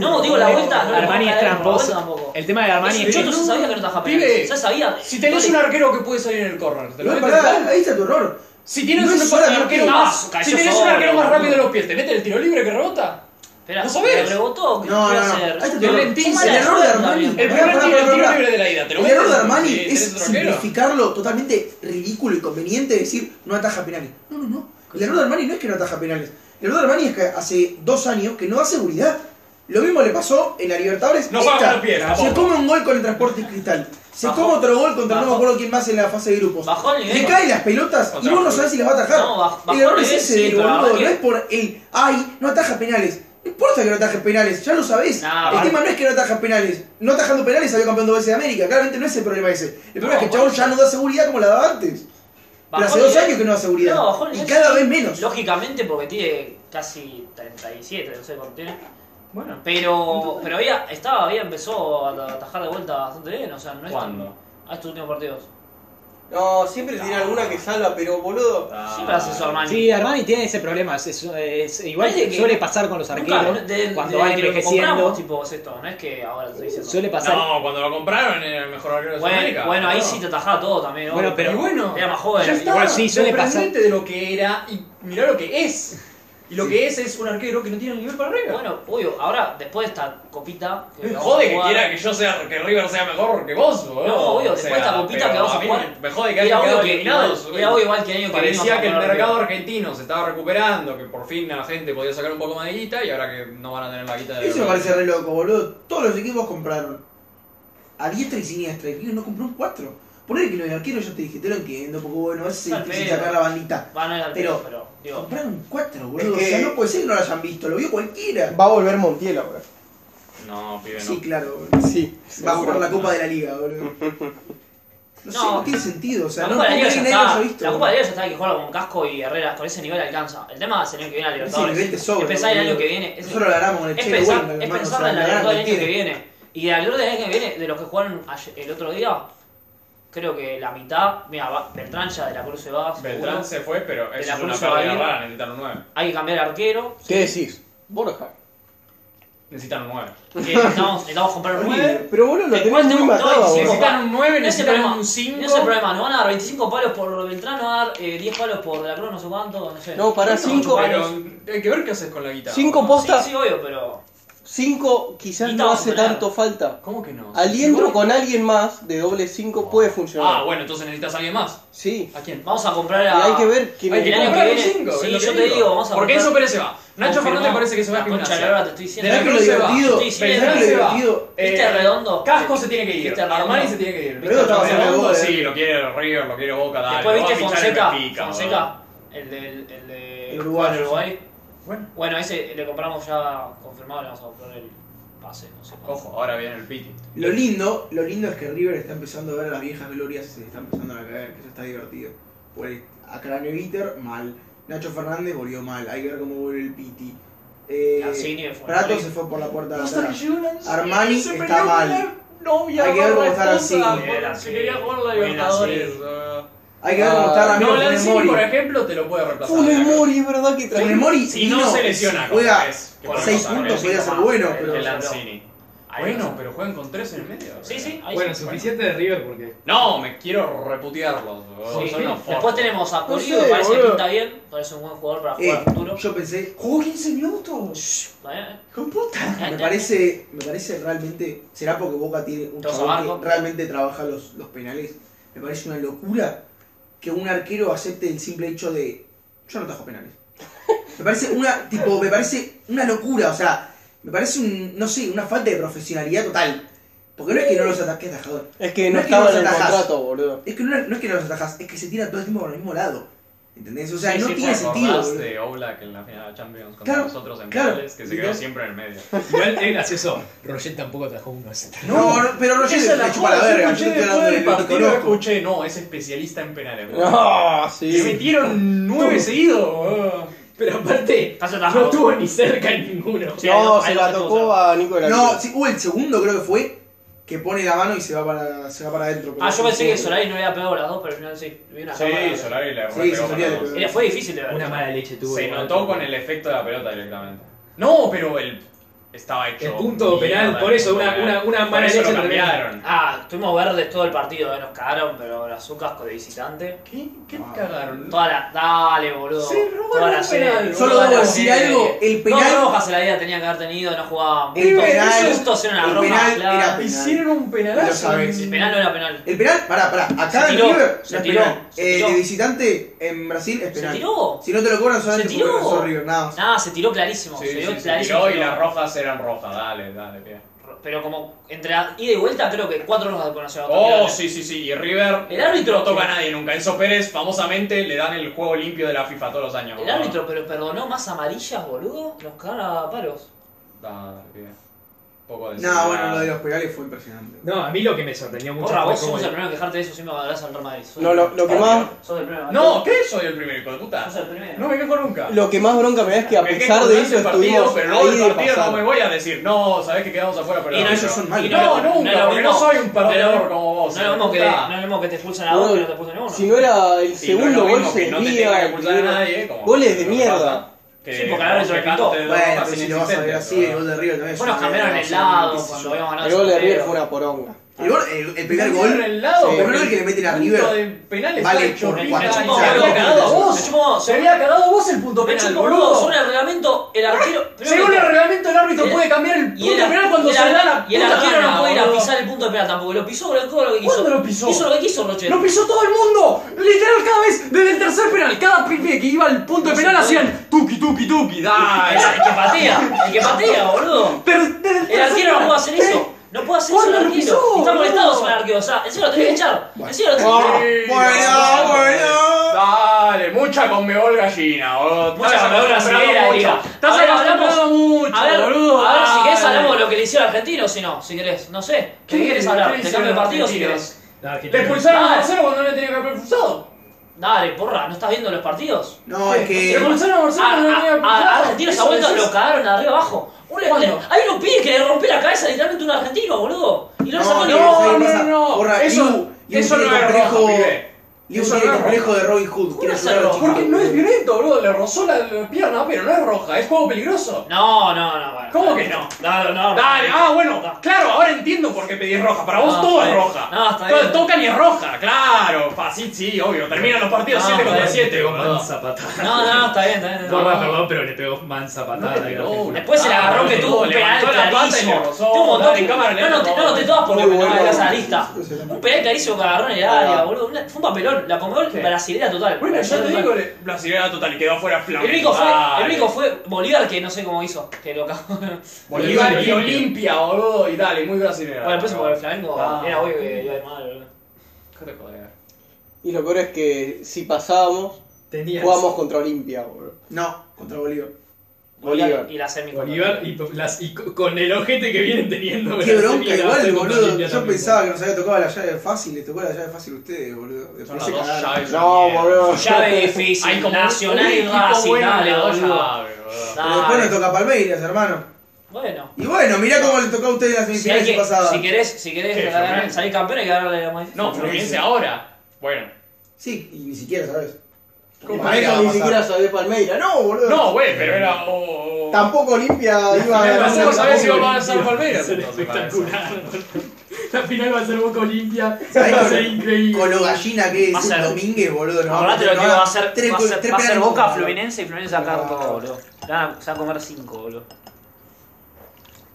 No, digo la vuelta. no, Armani no, es no, tramposo. no, tampoco. El tema de Armani Ese es choto que- se sabía que no taja Pibe, penales. Ya sabía. Si tenés un No le- arquero que puede salir en el corner, te lo No, mete pará, el palo. ahí está tu error. Si tienes No un es solamente arquero un más, paso, cayó si tienes un solo, arquero más boludo. rápido de los pies, te mete el tiro libre que rebota. Espera, ¿No sabés? me rebotó. ¿Qué No, puede no, no. hacer? Ahí está tu Yo error. le entiendo. El error de Armani. El El Pará, primer pará, tiro, el pará, tiro pará. libre de la ida, te lo El eh, mete. error de Armani Sí, es tenés otro arquero. simplificarlo totalmente ridículo y conveniente decir no ataja penales. No, no, no. El error de Armani no es que no ataja penales. El error de Armani es que hace dos años que no da seguridad. Lo mismo le pasó en la Libertadores. No juega con los pies, se tampoco. come un gol con el Transporte Cristal. Se Bajó. come otro gol contra no me Bajó. acuerdo quién más en la fase de grupos. Bajó el nivel. Le caen las pelotas y Contra vos no Boca. sabés si las va a atajar. No, baj- bajó el error el es nivel, ese, sí, pero la boludo. verdad No que- es por el ay, no ataja penales. No importa que no ataje penales, ya lo sabés. Nah, el bajó. tema no es que no ataja penales. No atajando penales salió campeón dos veces de América. Claramente no es el problema ese. El problema es que el chabón ya no da seguridad como la daba antes. Bajó Pero hace el dos nivel. años que no da seguridad. No, bajó el y nivel, cada sí. vez menos. Lógicamente, porque tiene casi 37, no sé cuánto tiene. Bueno. Pero, pero había, estaba, había empezó a atajar de vuelta bastante bien, o sea, no es ¿Cuándo? tan- A estos últimos partidos. No, siempre tiene alguna que salva, pero boludo. Ah. Siempre hace su Armani. Sí, Armani tiene ese problema. Es, es- es- igual Parece que suele pasar con los Nunca, arqueros de- de- cuando desde van que lo compramos, envejeciendo. tipo, es esto, no es que ahora te estoy diciendo. Suele pasar. No, cuando lo compraron era el mejor arquero de bueno, Sudamérica. bueno, ahí No. sí te atajaba todo también. Bueno, obvio. pero- Y bueno, Era más joven. Ya y- está. Igual sí, suele Sorprendente de lo que era y mirá lo que es. Y lo que es es un arquero que no tiene nivel para arriba. Bueno, obvio, ahora, después de esta copita. Me vamos a jode que jugar- quiera que yo sea, que River sea mejor que vos, boludo. No, obvio, O después sea, esta copita pero que vamos a mí jugar, Me jode que Era haya obvio quedado que, eliminado. igual- era obvio igual que el año que venimos Parecía a que el jugar mercado arriba. argentino se estaba recuperando, que por fin la gente podía sacar un poco más de guita y ahora que no van a tener la guita de Eso me parece re loco, boludo. Todos los equipos compraron. A diestra y siniestra. El River no compró un 4. Ponele que los arqueros yo te dije, te lo entiendo, porque bueno, es Al difícil pedo. sacar la bandita. Va, no era el Pero- pero, pero digo, Compraron 4, boludo. Es que- O sea, no puede ser que no lo hayan visto, lo vio cualquiera. Va a volver Montiel ahora. No, pibe, no. Sí, claro, boludo. Sí. Va a jugar la Copa de la Liga, boludo. *laughs* No, sé, no No. tiene sentido, o sea, la no Copa de la puedo Liga creer ya que nadie lo haya está. visto. la Copa de la Liga ya está hay que jugarla con casco y Herrera, con ese nivel alcanza. El tema es el año que viene a Sí, el nivel te Libertadores. sobra, Empezar el este boludo. año que viene. Es, Nosotros lo ganamos con el es Che pensar, Huelga, es hermano, pensar o sea, en la la Libertadores verdad del año que que viene. Y de la Libertadores del año que viene, de los que jugaron ayer- el otro día, Creo que la mitad. Mira, va- Beltrán ya de la Cruz se va. seguro. Beltrán se fue, pero eso la es una cruz se va a pérdida ir. rara. Necesitan un 9. Hay que cambiar de arquero. ¿Qué decís? Borja. Necesitan un 9. *laughs* que necesitamos, necesitamos comprar un 9. Pero vos lo tenés Después muy tengo- matado, todo boludo. encima. Necesitan un 9, No es el necesitan problema. un 5. No es el problema, nos van a dar 25 palos por Beltrán, nos van a dar eh, 10 palos por De la Cruz, no sé cuánto, no sé. No, pará, Bueno, cinco- palos. Pero hay que ver qué haces con la guitarra. Cinco posta, Sí, sí, obvio, pero. cinco quizás Y no vamos a hace ganar. tanto falta. ¿Cómo que no? Alientro con alguien más de doble cinco puede Ah, funcionar. bueno, entonces necesitas a alguien más. Sí. ¿A quién? Vamos a comprar Y a. hay que ver quién Hay El que año es. que comprar viene. un cinco, Sí, es lo que yo te digo. digo, vamos a Porque comprar- Enzo Pérez se va. Nacho Confirmado. Fernández parece que se va a La concha de gimnasia. la hora, te estoy De la ¿Sabés qué es diciendo. Cruz se lo va. divertido? Sí, sí, ¿Sabés de qué la Cruz es se lo va. divertido? Viste redondo. Casco se tiene que ir. Viste redondo. Armani se tiene que ir. Redondo estaba Redondo, haciendo goles. Sí, lo quiere River, lo quiere Boca, dale. Después lo va viste a fichar Fonseca. el Benfica, Fonseca, el del. El de El uruguayo. el Uruguay. Bueno. Bueno, ese le compramos ya confirmado, le vamos a comprar el pase, no sé. boludo. cuánto. Ojo, ahora viene el Piti. Lo lindo, lo lindo es que River está empezando a ver a las viejas glorias y se le está empezando a caer, que eso está divertido. Pues a Craneviter, mal. Nacho Fernández volvió mal. Hay que ver cómo vuelve el Piti. Eh, Cassini fue Prato mal. se fue por la puerta de Hasta que atrás. llegó Lanzini, Armani se está peleó con mal. la novia Hay que ver cómo está barraesposa, Lanzini. porque Lanzini. Se quería jugar la Bien, Libertadores. Lanzini. boludo. Hay que ver cómo está Ah, Ramiro No, Funes Lanzini, Mori. por ejemplo, te lo puede reemplazar. Funes Mori, es verdad que Funes trae. Mori, Si no se lesiona, como juega es, que por seis cosa, puntos, Lanzini podría ser más, bueno, el pero El Lanzini. Lanzini. Ahí Bueno, no. pero juegan con tres en el medio. Sí, sí, ahí Bueno, sí. suficiente de River *laughs* porque. No, me quiero reputearlos. boludo, Sí, son unos forros. Después tenemos a Pulido, No sé, que parece que boludo. pinta bien, parece un buen jugador para Eh, jugar a futuro. yo pensé, Jugó 15 minutos. ¿Eh? ¡con puta! Eh, Me eh. parece, me parece realmente, será porque Boca tiene un Todos chabón abajo. que realmente trabaja los, los penales. Me parece una locura que un arquero acepte el simple hecho de yo no tajo *laughs* penales. Me parece una, tipo, me parece una locura, o sea, me parece un, no sé, una falta de profesionalidad total. Porque no es que no los ataques atajador. Es que no No es que estaba no en el atajás. contrato, boludo. Es que no, no es que no los atajas, es que se tiran todo el tiempo por el mismo lado. ¿Entendés? O sea, Sí, no sí, tiene ¿te acordás sentido. boludo. de Oblak en la final de Champions contra Claro, nosotros en claro. finales, que se quedó Literal. siempre en el medio. Igual es gracioso. Roger tampoco atajó uno. así que- No, no, pero Roger Esa se es la la chupa la cosa, yo verga. Yo escuché estoy hablando después de lo del que partido, conozco. Ah, escuché, no, es especialista en penales. boludo. No, Le Ah, sí. metieron nueve seguidos. boludo. Pero aparte, Casi no atajado. estuvo ni cerca en ninguno. Sí, ahí No, se ahí la se tuvo, tocó ¿sabes? a Nico de la No, Cruz. sí, uh, el segundo creo que fue que pone la mano y se va para, se va para adentro. Ah, yo pensé que Solari Solari no le había pegado las dos, pero al final sí. Vi una Sí, cámara. Solari le Sí, repegó sí, con Solari la le mano. Era- Fue difícil de ver. Una mala leche tuvo. Se igual. notó con el efecto de la pelota directamente. No, pero el estaba hecho. El punto mierda, penal, el por eso, punto una- penal. una- una Por mala eso lo leche tremenda. cambiaron. Ah, estuvimos verdes todo el partido, eh, nos cagaron, pero las un casco de visitante. ¿Qué, qué Ah. cagaron? Toda la. Dale, boludo. Se robaron Toda la un serie. penal. Solo Toda debo la decir serie. algo, el Dos penal. rojas en la vida tenían que haber tenido, no jugaban. El Justo- penal- Justo hicieron una el roja, penal claro. era- Hicieron un Lo penalazo. sabes. El penal no era penal. El penal, pará, pará. Acá Se en tiró, River, se no es tiró, penal. se Eh, tiró. de visitante en Brasil es ¿Se penal. tiró? Si no te lo cobran ¿Se solamente porque tiró? no sos River, nada más. Nada, se tiró clarísimo. Sí, se tiró sí, se clarísimo. tiró y las rojas eran rojas. Dale, dale, bien. Pero como entre la ida y vuelta, creo que cuatro rojas de conocer Oh, sí, sí, sí. Y River. El árbitro- No toca a nadie nunca. Enzo Pérez, famosamente, le dan el juego limpio de la FIFA todos los años. El árbitro, pero perdonó más amarillas, boludo. Nos cagaron a palos. Dale, bien. Poco de No, bueno, lo de los penales fue impresionante. No, a mí lo que me sorprendió mucho Porra, fue vos cómo- sos el primero en quejarte de eso, si me ganarás al Real Madrid. Sos No, el lo- primero. lo que más- Sos el primero. No, ¿qué? Soy el primero, hijo de puta. Sos el primero. No me quejo nunca. Lo que más bronca me da es que a Me quejo pesar de durante eso el partido, estuvimos pero luego ahí del de partido no me pasar. voy a decir, no, sabés que quedamos afuera, pero. Y no, pero- ellos son malos. Y No, no, nunca, no, porque no. no soy un perdedor No, como vos. ¿eh? No es lo mismo que, puta. no es lo mismo que te expulsan a vos que no te expulsan a uno. Si no era el Y no es lo segundo gol, mismo se que no te tenga que desvía. expulsar a nadie. como- Goles de lo que mierda. pasa, que Sí, porque ahora se que pintó. te Bueno, rojas pero si lo vas a ver inexistentes, así, el ¿verdad? gol de River también es Vos nos una cambiaron verga, el o sea, lado qué sé cuando yo. habíamos ganado. El gol de el River sorteo. fue *laughs* una poronga. El gol- El el primer Tuvieron gol. el lado, el porque primer gol que le meten a punto River. de penales Vale, está hecho por mierda, cuatro. y No, se había no, cagado a no, vos. Se chupó- Se había cagado a vos el punto Me penal, chupo todo, boludo. sobre el reglamento, el arquero. Según el reglamento, el árbitro Y el- puede cambiar el Y punto el, penal cuando y el- se le da la y el puta arquero gana, no puede ir a boludo. pisar el punto de penal tampoco. Lo pisó con todo lo que quiso. ¿Cuándo lo pisó? Hizo lo que quiso Rocher. Lo pisó todo el mundo. Literal, cada vez, desde el tercer penal, cada pibe que iba al punto de penal hacían tuki, tuki, tuki. Dale. *laughs* El que patea. El que patea, boludo. Pero desde El arquero no puede hacer eso. No puede hacer eso el ¿Cuándo lo arquero. pisó, Y está molestado boludo? con el arquero. O sea, encima lo tenés que echar. Encima lo tenés que Ah, echar. Bueno, bueno. Dale, mucha conmebol gallina, boludo. Mucha Estás conmebol acostumbrado brasilera, mucho. diga. Estás A ver, acostumbrado hablamos- mucho, A ver, boludo. a ver si querés Dale. hablamos de lo que le hicieron al argentino, si no, si querés, no sé. ¿Qué, querés hablar? ¿Qué ¿Te hicieron cambio de los partido si argentinos? querés? La Le Argentina- expulsaron Dale. a Marcelo cuando no le tenía que haber expulsado. Dale, porra, ¿no estás viendo los partidos? Ah, No, es Le que. expulsaron a A, Marcelo Eh, cuando no le tenía que a, haber expulsado. a argentinos a Eso vuelta decís. lo cagaron de arriba abajo. Un- ¿Cuándo? le- hay unos pibes que le rompió la cabeza literalmente a un argentino, boludo. Y no, lo sacó No, ni no, vos. ¿sabes qué no, pasa? no, no. Borra, Eso- Dibu, Y uno Eso tiene no es rojo, complejo- pibe. Y uno Eso tiene no es complejo de Robin Hood. Quiere es ayudar a los rojo? chicos. Porque no es violento, boludo. Le rozó la, la pierna, pero no es roja. Es juego peligroso. No, no, no, bueno. ¿Cómo que no? No, no, no. Dale, no. ah, bueno, claro, ahora entiendo por qué pedís roja. Para vos No, todo está es bien. roja. No, está todo bien. tocan y es roja, claro. Fa, sí, sí, obvio. Terminan los partidos No, 7 contra está 7, pegó boludo. mansa patada. No, no, no, está bien, está bien. está bien. Gorda, perdón, pero le pegó mansa patada. le a la pegó, Argentina. Después se la agarró que tuvo un penal Levantó la pata y le clarísimo. rozó, Tuvo un montón dale, de- cámara, No, no, te- lento. no, no te todas porque Muy me bueno. la lista. Un penal clarísimo que agarró en el área, boludo. Una- Fue un papelón. La Comebol Sí. brasilera total. Ah. Bueno, ya te Total. digo, le- la ciudad total y quedó fuera Flamengo. El único, fue, Dale. el único fue Bolívar que no sé cómo hizo, que lo cagó. *laughs* Bolívar y Olimpia. Olimpia, boludo. Y dale, muy brasileño. Bueno, después por el Flamengo Ah. era obvio que iba de mal, boludo. ¿Qué te joder? Y lo peor es que si pasábamos, Tenías jugamos contra Olimpia, boludo. No, contra Bolívar. Bolívar. Y la semi Bolívar y, las, y con el ojete que vienen teniendo. Qué la bronca semi igual, acabaste con boludo. Olimpia Yo también. pensaba que nos había tocado la llave fácil, les tocó la llave fácil a ustedes, boludo. Son Después las se dos cagaron. llaves. No, *laughs* boludo. Llave difícil, Hay como Nacional y Racing, dale, boludo. Pero después nos toca Palmeiras, hermano. Bueno. Y bueno, mirá cómo le tocó a ustedes las Si, hay semifinales que- pasadas. si querés, si querés ¿Qué, ganar- Fluminense? salir campeón hay que darle la más difícil. No, Fluminense ahora. Bueno. Sí, y ni siquiera, ¿sabes? Con Palmeiras va Palmeiras a ni pasar. siquiera sabés Palmeiras. No, boludo. No, güey, pero era. oh, o- o- Tampoco Olimpia iba a Tampoco ganar. sabés si va a pasar Palmeiras. Será entonces, para eso. espectacular. La final va a ser Boca Olimpia. ¿Sabés Va a con- ser increíble. Con lo gallina que Mm. Va a es ser- Domínguez, boludo. nos vamos Acordate lo nos que va a hacer, tres- va a ser, tres va a ser penales Boca, contra- Fluminense y Fluminense va a cagar Ah. todo, boludo. Le van a- Se va a comer 5, boludo.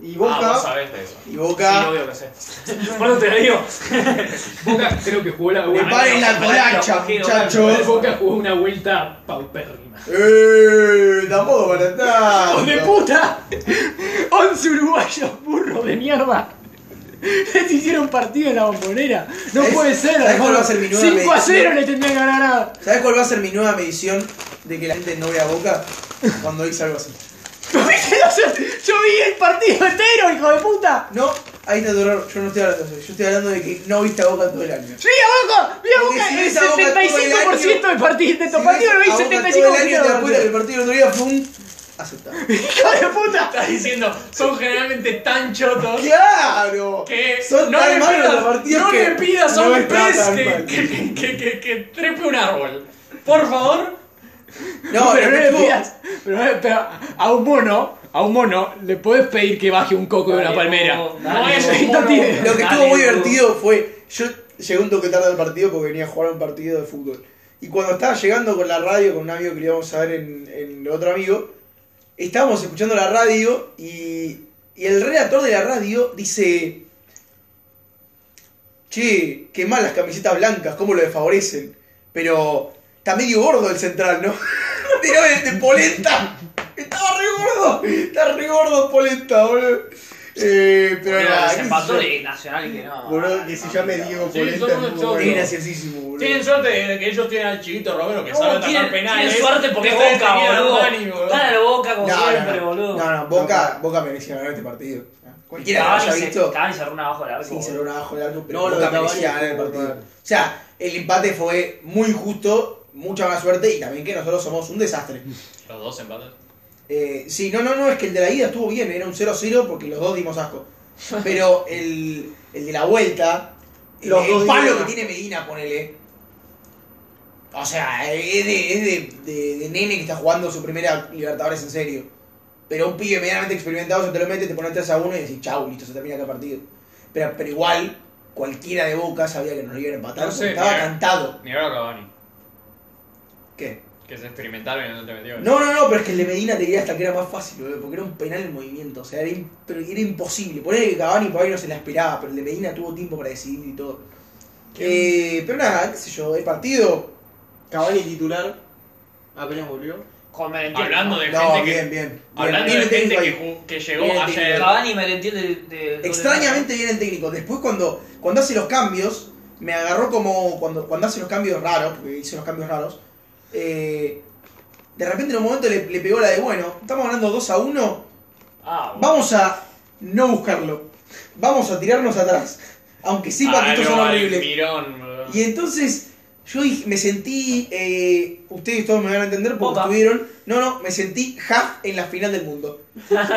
Y Ah, vos Boca. sabés de eso. Y Sí, Boca. obvio que sé. *laughs* Por eso te lo digo. Boca creo que jugó la Me vuelta. paren la colacha, Cogido, Igual muchachos. Boca jugó una vuelta paupérrima. Eh, tampoco para ¡Hijo de tanto. puta! 11 uruguayos, burro de mierda. *laughs* Les hicieron partido en la bombonera. No ¿Sabés- puede ser, sabés cuál hermano. va a ser mi nueva 5 a medición? 0 le tendrían que haber *laughs* ganado. ¿Sabes cuál va a ser mi nueva medición de que la gente no vea Boca? Cuando dice algo así. ¿Viste? O sea, Yo vi el partido entero, hijo de puta. No, ahí está tu error. Yo no estoy hablando de eso. Yo estoy hablando de que no viste a Boca todo el año. ¡Sí, a Boca! ¡Vi a Porque Boca! si el ves a Boca todo 75% el de partido de Si estos partidos lo vi ves a Boca 75% todo el año y te das cuenta que de el partido del otro día fue un *laughs* aceptable. ¡Hijo de puta! Estás diciendo, son generalmente tan chotos. ¡Claro! Que Son no, tan le malos pidas, los partidos no que le pidas a no un está pez tan que, mal. que, que, que, que trepe un árbol. Por favor. No, lo pero no que le estuvo- pidas. Pero, no le- pero a un mono, a un mono, le podés pedir que baje un coco de una Dale, palmera. vos, No dale, es vos, esto, mono. tío. *laughs* Lo que Dale, estuvo muy boludo. divertido fue. Yo llegué un toque tarde al partido porque venía a jugar un partido de fútbol. Y cuando estaba llegando con la radio, con un amigo que le íbamos a ver en, en otro amigo, estábamos escuchando la radio y, y el redactor de la radio dice: Che, qué mal las camisetas blancas, cómo lo desfavorecen. Pero está medio gordo el central, ¿no? *laughs* Tiró de, de polenta. Estaba re gordo, está re gordo polenta, boludo. Eh, pero Boludo, nada, se qué sé empató yo. de Nacional y que no. Boludo, que si yo me digo Sí, Polenta son es unos muy chotos. Es bueno. graciosísimo, boludo. Tienen suerte de que ellos tienen al chivito Romero que No, sabe atacar tienen, penales. tienen Oh, suerte porque Ustedes Boca, tenían a boludo. Dani, boludo. Gana la Boca como No, no, siempre, no. boludo. Ah, No, no, Boca, Boca merecía ganar este partido. Cualquiera que lo Cavani haya se, visto, Cavani se arruina abajo del arco. sin ser boludo. un abajo del arco, pero No, lo de Boca Cavani merecía fue ganar el muy partido. mal. O sea, el empate fue muy justo, mucha mala suerte y también que nosotros somos un desastre. Los dos empates. Eh, sí, no, no, no, es que el de la ida estuvo bien, era un 0-0 porque los dos dimos asco. Pero el, el de la vuelta, el, Los el dos palo dieron que asco. tiene Medina, ponele. O sea, es, de, es de, de- de nene que está jugando su primera Libertadores en serio. Pero un pibe medianamente experimentado se te lo mete, te pone 3 a 1 y decís, chau, listo, se termina acá el partido. Pero, pero igual, cualquiera de Boca sabía que nos lo iban a empatar, No sé, porque estaba mira. cantado. Mirá a Cavani, ¿Qué? que se experimentaron y no te metió. No, no, no, pero es que el de Medina te diría hasta que era más fácil, boludo, porque era un penal en movimiento, o sea, era, im- pero era imposible. Ponele que Cavani por ahí no se la esperaba, pero el de Medina tuvo tiempo para decidir y todo. Eh, pero nada, qué sé yo, el partido. Cavani titular. Apenas volvió. Con Merentiel. Hablando de No, gente bien, bien, que. bien. Hablando Bien de el gente técnico que, ahí. ju- que llegó Bien el ayer. técnico. Cavani Merentiel de, de- de- Extrañamente bien el técnico. Después cuando, cuando hace los cambios, me agarró como. Cuando, cuando hace los cambios raros, porque hice los cambios raros. eh, de repente en un momento le, le pegó la de bueno, estamos ganando 2 a 1. Ah, boludo. Vamos a no buscarlo. Vamos a tirarnos atrás. Aunque sepa que Ah, estos no, son al horribles. Mirón, boludo. Y entonces yo dije- me sentí. eh, ustedes todos me van a entender porque Opa. estuvieron. No, no, me sentí half en la final del mundo.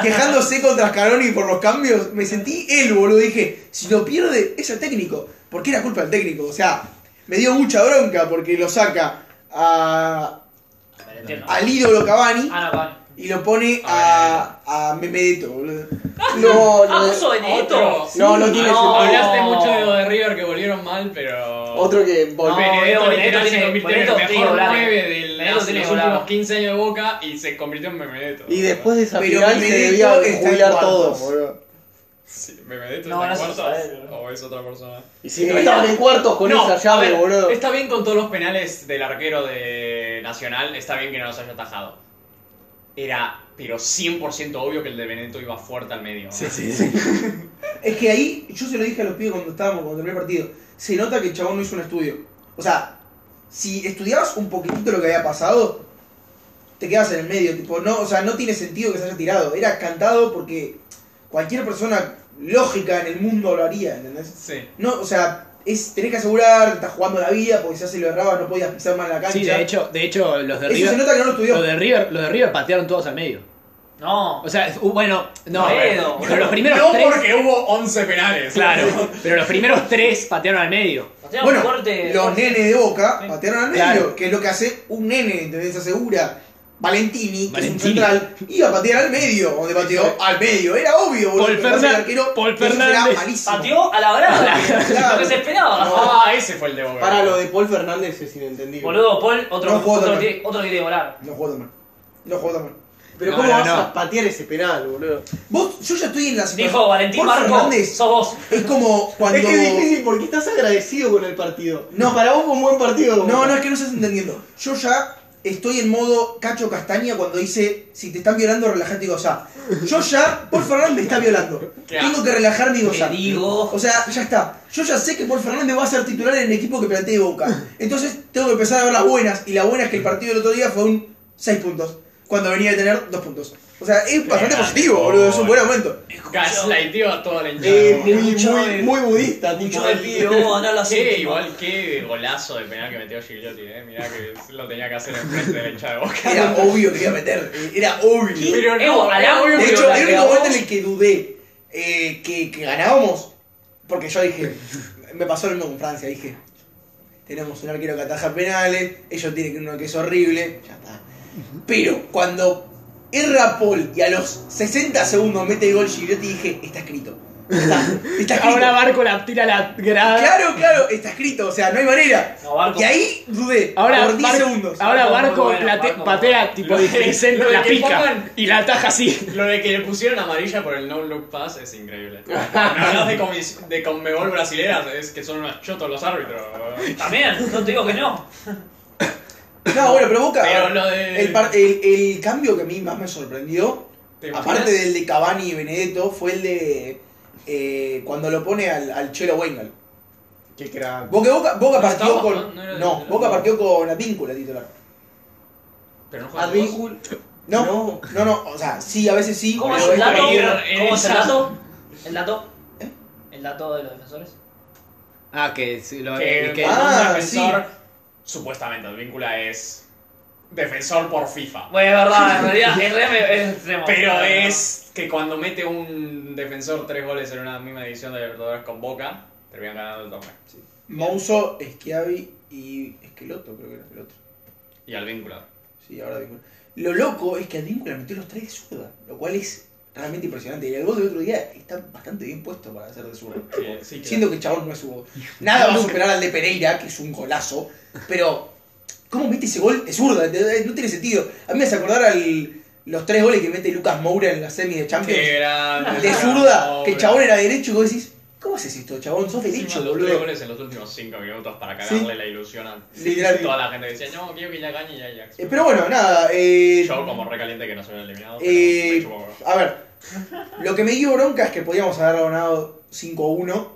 Quejándose contra Scaroni por los cambios, me sentí él, boludo. Dije, si lo pierde, es el técnico. porque era culpa del técnico. O sea, me dio mucha bronca porque lo saca a, Merentiel, ¿no? al ídolo Cavani Ah, no, Cavani. y lo pone a, a Memedetto, boludo. No, Ah, no, vos sos Benedetto. no, no tiene No. sentido. Hablaste mucho de lo de River que volvieron mal, pero. Otro que No, volvió. Benedetto, Benedetto Benedetto tiene- se convirtió en el Benedetto tiene mejor volado. 9 de Benedetto las- tiene los volado. últimos 15 años de Boca y se convirtió en Memedetto. Y después de esa Pero final se Benedetto debía está en jubilar cuartos. todos, boludo. Sí, Memedetto No, está en no se cuartos. sabe, bro. O es otra persona. Y si no estaban en cuartos con No, esa a llave, ver, boludo. Está bien con todos los penales del arquero de Nacional, está bien que no los haya atajado. Era, pero 100% obvio que el de Benedetto iba fuerte al medio. Es que ahí, yo se lo dije a los pibes cuando estábamos, cuando terminó el partido. Se nota que el chabón no hizo un estudio. O sea, si estudiabas un poquitito lo que había pasado, te quedabas en el medio. Tipo, no, o sea, no tiene sentido que se haya tirado. Era cantado porque cualquier persona lógica en el mundo lo haría, ¿entendés? *laughs* Sí. No, o sea, es, tenés que asegurar, estás jugando la vida, porque si se lo erraba no podías pisar más la cancha. Sí, de hecho, de hecho los de Eso se River, nota que no lo estudió. los de River, los de River patearon todos al medio. No. O sea, es- uh, bueno, no, eh. Toledo. pero los primeros no tres, porque hubo 11 penales. claro, pero los primeros tres patearon al medio. Patearon Bueno, fuerte. los fuerte. nenes de Boca Sí. patearon al medio, Claro. que es lo que hace un nene, ¿entendés? Asegura. Valentini, que es un Valentini. central, iba a patear al medio, donde pateó al medio, era obvio, boludo. Paul lo que pasa es que el Fernan- arquero, Paul eso era Fernández malísimo. Pateó a la brava. *laughs* Claro. Lo que se esperaba. *laughs* Ah, ese fue el de Boca. Para lo de Paul Fernández es inentendible. Boludo, Paul, otro, No jugó otro, también. quiere, otro quiere volar. No jugó tan mal. No jugó tan mal. Pero No, ¿cómo no, vas no. a patear ese penal, boludo? Vos, yo ya estoy en la situación. Dijo Valentín Paul Marco, Fernández sos vos. es *laughs* como cuando. Es que es difícil porque estás agradecido con el partido. No, para vos fue un buen partido. No, Boca. no, es que no estás entendiendo. Yo ya estoy en modo Cacho Castaña cuando dice, si te están violando, relajate y gozá. Yo ya, Paul Fernández me está violando. Claro. Tengo que relajarme y gozar. Te digo. O sea, ya está. Yo ya sé que Paul Fernández va a ser titular en el equipo que plantee Boca. Entonces tengo que empezar a ver las buenas. Y la buena es que el partido del otro día fue un 6 puntos. Cuando venía a tener 2 puntos. O sea, es bastante Claro. positivo, boludo. Es un buen aumento. Gaslighteo a toda la hinchada. Eh, muy, Mucho muy, de- muy budista, tipo. Mucho del pibe, vamos a ganar la Sí, séptima. igual que golazo de penal que metió Gigliotti, eh. Mirá que lo tenía que hacer enfrente de la hinchada de Boca. Era obvio que iba a meter. Era obvio. Pero Eh, no, ojalá era obvio De que hecho, lo el único tapeaba. momento en el que dudé eh, que, que ganábamos, porque yo dije, me pasó lo mismo con Francia, dije, tenemos un arquero que ataja penales, ellos tienen uno que es horrible, ya está. Pero cuando erra Paul y a los 60 segundos mete el gol Gigliotti, dije, está escrito. Está, está escrito. Ahora Barco la tira a la grada. Claro, claro, está escrito, o sea, no hay manera. No, Barco. Y ahí dudé, Ahora por 10 Barco, segundos. ahora Barco Barco muy bueno, plate- Barco. patea *laughs* tipo Lo de- centro, lo de la que pica pongan- y la ataja así. Lo de que le pusieron amarilla por el no look pass *laughs* es increíble. Hablas de, comis- de Conmebol brasileras, es que son unos chotos los árbitros. También, no te digo que no. No, bueno, pero Boca, Pero lo de- el, par- el- el cambio que a mí más me sorprendió ¿Te imaginas? Aparte del de Cavani y Benedetto, fue el de eh, cuando lo pone al, al Chelo Wengal. Qué crack. Boca, Boca, Boca No partió estaba, con. ¿no? No No, era titular. Boca partió con Advíncula titular. Pero no juegan todos. Advíncul. No, No. no, no, o sea, sí, a veces sí. ¿Cómo es pero el es dato? como- ir- ¿Cómo es el esa- dato? ¿El dato? ¿El dato de los defensores? Ah, que sí, lo Eh, Que, que- Ah, un defensor, supuestamente, Advíncula es defensor por FIFA. Bueno, es verdad, en realidad en realidad me- es extremo. Pero Claro, es que cuando mete un defensor tres goles en una misma edición de Libertadores con Boca, terminan ganando el torneo. Mouso, Schiavi y Esqueloto, creo que era el otro. Y Advíncula. Sí, ahora Advíncula. Lo loco es que Advíncula metió los tres de zurda, lo cual es realmente impresionante. Y el gol del otro día está bastante bien puesto para hacer de zurda. Que- sí, que- Siendo que el chabón no es un... Nada va a superar al de Pereira, que es un golazo. Pero, ¿cómo mete ese gol? Es zurda, te- no tiene sentido. A mí me hace acordar al, los tres goles que mete Lucas Moura en la semi de Champions. Qué grande. de zurda, que el chabón era derecho y vos decís, ¿cómo haces esto, chabón? Sos Encima, derecho, los tres boludo. goles en los últimos 5 minutos para cagarle la ilusión a Literal. toda la gente que decía, no, quiero que ya gane y Ajax. Eh, pero bueno, nada. eh, Yo como recaliente que nos hubieran eliminado. pero me eh, chupo un huevo. a ver, lo que me dio bronca es que podíamos haber ganado 5-1,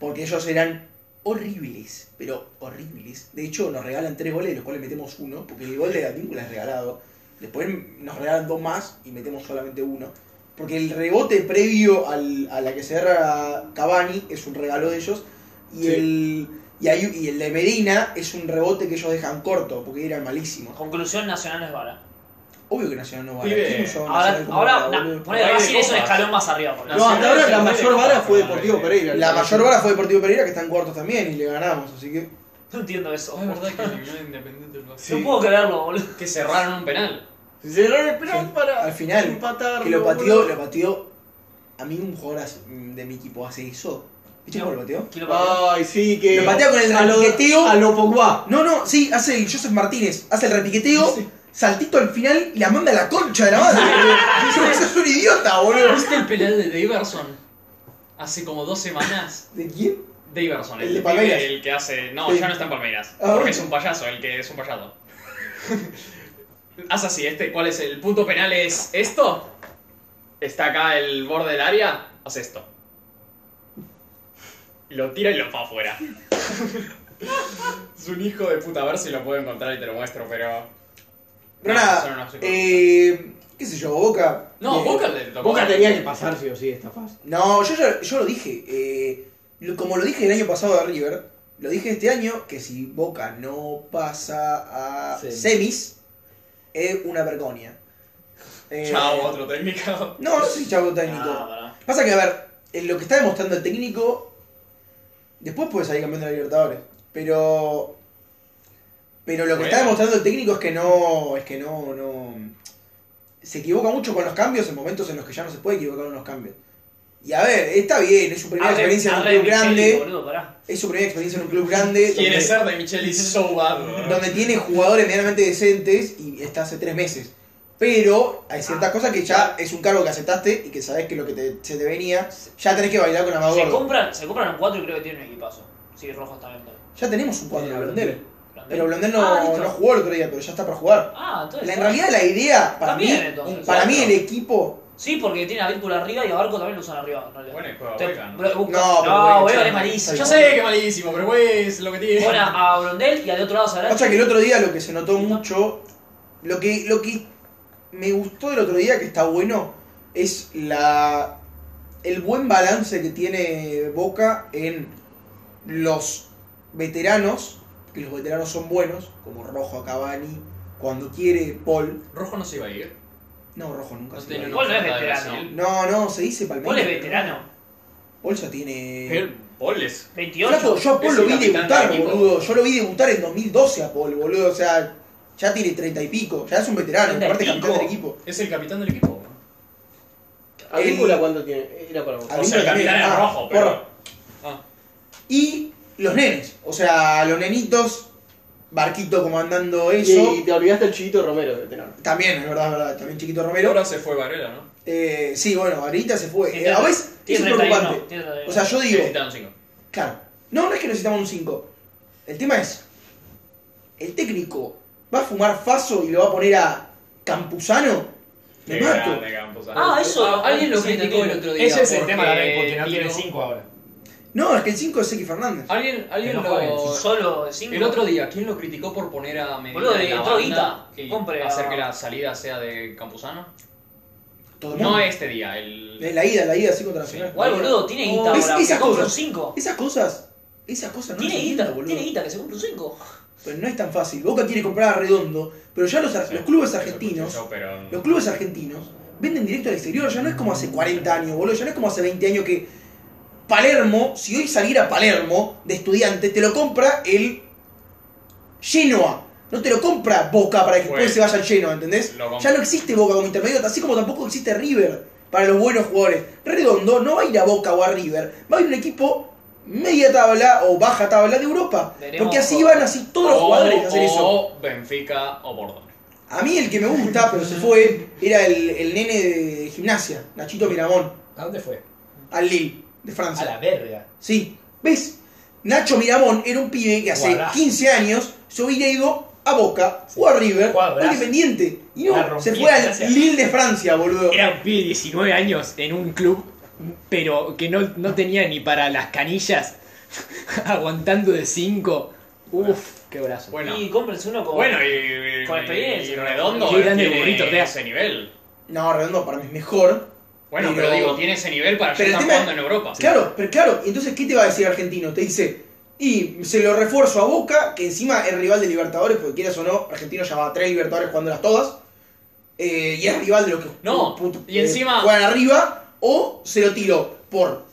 porque ellos eran horribles, pero horribles. De hecho, nos regalan tres goles, de los cuales metemos uno, porque el gol de la película es regalado. Después nos regalan dos más y metemos solamente uno. Porque el rebote previo al- a la que se erra Cavani es un regalo de ellos. Y el y, ahí- y el de Medina es un rebote que ellos dejan corto, porque eran malísimos. Conclusión nacional no es vara. Obvio que Nacional no va a Pibe, ¿Quién no lleva a Ahora, Nacional como ahora vara, na- boludo? ponele, Ahí Racing de es un copas. escalón más arriba, por No, hasta ahora la mayor vara fue Deportivo Pereira. La mayor vara fue Deportivo Pereira, que está en cuartos también, y le ganamos, así que. *laughs* No entiendo eso. es verdad que eliminó Independiente del Sí. No puedo creerlo, boludo. Que cerraron un penal. Se lo esperan Sí, para al final, empatar. Que lo boludo. pateó, lo pateó. A mí un jugador mm, de mi equipo hace eso. ¿Viste cómo lo pateó? ¿Quién lo pateó? Ay, sí, que. Lo patea con el a lo, repiqueteo. a lo Pogba. No, no, sí, hace el Joseph Martínez, hace el repiqueteo, saltito al final y la manda a la concha de la madre. Yo, sos un idiota, boludo. ¿Viste el penal de Daverson? Hace como dos semanas. ¿De quién? Daverson, el, El de pibe, Palmeiras. el que hace. No, Sí. ya no está en Palmeiras. Ah, porque bueno. es un payaso, el que es *laughs* un payaso. Haz así, este, ¿cuál es el punto penal? ¿Es esto? ¿Está acá el borde del área? Haz esto. Lo tira y lo va *laughs* afuera. es un hijo de puta, a ver si lo puedo encontrar y te lo muestro, pero. Pero No, nada, eso no, no sé cómo. eh, qué sé yo, Boca. No, eh, Boca le tocó. Boca tenía que pasar, sí o sí, esta fase. No, yo, ya- yo lo dije. eh, lo- como lo dije el año pasado de River, lo dije este año que si Boca no pasa a Semis. semis, es una vergonia. Eh, Chao, otro técnico. No, no sé si chavo Ah, técnico. pará. Pasa que, a ver, en lo que está demostrando el técnico, después puede salir campeón de la Libertadores. Pero. Pero lo que está Bueno. demostrando el técnico es que no. Es que no, no. Se equivoca mucho con los cambios en momentos en los que ya no se puede equivocar con los cambios. Y a ver, está bien, es su primera Arre- experiencia en un arre club Micheli, grande. boludo, pará. Es su primera experiencia en un club grande. Quiere donde- ser de Micheli *laughs* so bad. donde tiene jugadores medianamente decentes y está hace tres meses. Pero hay ciertas cosas que ya es un cargo que aceptaste y que sabes que lo que te- se te venía, ya tenés que bailar con Se Amador. compran, se compran un 4 y creo que tienen un equipazo. Sí, Rojas también. también. Ya tenemos un cuadro de Blondel. Grande. Pero Blondel no, Ah, listo. no jugó el otro día, pero ya está para jugar. Ah, entonces. La- en realidad la idea, para Para mí, mí, para mí el equipo... Sí, porque tiene a Vírgula arriba y a Barco también lo usan arriba. En realidad. Bueno, y juega Te- Boca, ¿no? bro, busca- No, pero no, Boca Boca ya- Ah, es malísimo. ya Yo sé que malísimo, pero güey, es lo que tiene. Pone a Blondel y al otro lado Sarach. Pasa que el otro día lo que se notó mucho, lo que, lo que me gustó del otro día, que está bueno, es la el buen balance que tiene Boca en los veteranos, que los veteranos son buenos, como Rojo, Cavani, cuando quiere Paul. Rojo no se iba a ir. No, Rojo nunca No se va. tenía una Paul no es oferta de veterano. Brasil. No, no, se dice Paul Palmeiras. es veterano. Paul ya tiene... Pero Paul es. Flaco, 28. yo a Paul es lo el vi capitán debutar, del equipo. boludo. Yo lo vi debutar en 2012 a Paul, boludo. O sea, ya tiene 30 y pico. Ya es un veterano, ¿Treinta y aparte pico? capitán del equipo. Es el capitán del equipo. ¿Avícola cuánto tiene? Era para vos. A O sea, el mí me- capitán ah, es rojo, pero. porro. Y los nenes. O sea, los nenitos, Barquito comandando eso. Y, y te olvidaste el chiquito Romero de tener. También, es verdad, es verdad. También Chiquito Pero Romero. ahora se fue Varela, ¿no? Eh, sí, bueno, ahorita se fue. Eh, Tiene- a veces es Tiene 31, preocupante. tiene 31. O sea, yo digo, Necesitaron cinco. Claro. No, no es que necesitamos un 5. El tema es. El técnico va a fumar Faso y lo va a poner a Campuzano. Me Qué mato. grande, Campos. Ah, eso. Ah, Alguien lo sí, criticó el entendí. otro día. Ese es el porque tema también, porque no tiene vino- 5 ahora. No, es que el 5 es X Fernández. Ah, Alguien, alguien Que no juegue. lo. Solo 5. El otro día, ¿quién lo criticó por poner a Medina Boludo, en la entró banda Guita. y Compre a- hacer que la salida sea de Campuzano? Todo el mundo. No este día, el... Es la ida, la ida 5 nacional. Igual, boludo, tiene guita Es- ahora. esas que compra un cosas. 5. Esas cosas. Esas cosas no Tiene se guita, entienden, boludo. tiene guita que se compra un 5. Pero no es tan fácil. Boca quiere comprar a Redondo, pero ya los, ar- los clubes Eso argentinos. escuché yo, pero- Los clubes argentinos venden directo al exterior, ya no es como hace 40 años, boludo, ya no es como hace 20 años que Palermo, si hoy saliera Palermo de estudiante, te lo compra el Genoa. No te lo compra Boca para que Bueno. después se vaya al Genoa, ¿entendés? Lo compra. Ya no existe Boca como intermedio, así como tampoco existe River para los buenos jugadores. Redondo no va a ir a Boca o a River, va a ir un equipo media tabla o baja tabla de Europa. Veremos Porque así por- van así todos los O- jugadores a hacer eso. O Benfica o Bordeaux. A mí el que me gusta, pero se fue, era el, el nene de gimnasia, Nachito Miramón, ¿A dónde fue? al Lille, de A la Francia. verga. Sí, ¿ves? Nacho Miramón era un pibe que hace Jugadorazo. 15 años se hubiera ido a Boca o a River o a Jugadorazo. Independiente. Y La no, rompía, se fue al gracias. Lille de Francia, boludo. Era un pibe de 19 años en un club, pero que no, no tenía ni para las canillas, *laughs* aguantando de 5. Uf, qué brazo. Bueno, Y cómprense uno con. bueno y, Con y- experiencia. y Redondo Qué grande tiene el burrito, Tea. ese nivel. No, Redondo para mí es mejor. Bueno, pero, Pero- digo, tiene ese nivel para ya pero el estar tema- jugando en Europa. Claro, pero claro, y entonces ¿qué te va a decir Argentino? Te dice, y se lo refuerzo a Boca, que encima es rival de Libertadores, porque quieras o no, Argentino ya va a tres Libertadores jugándolas todas. eh, y es rival de los que No, pu- eh, y encima- juegan arriba, o se lo tiro por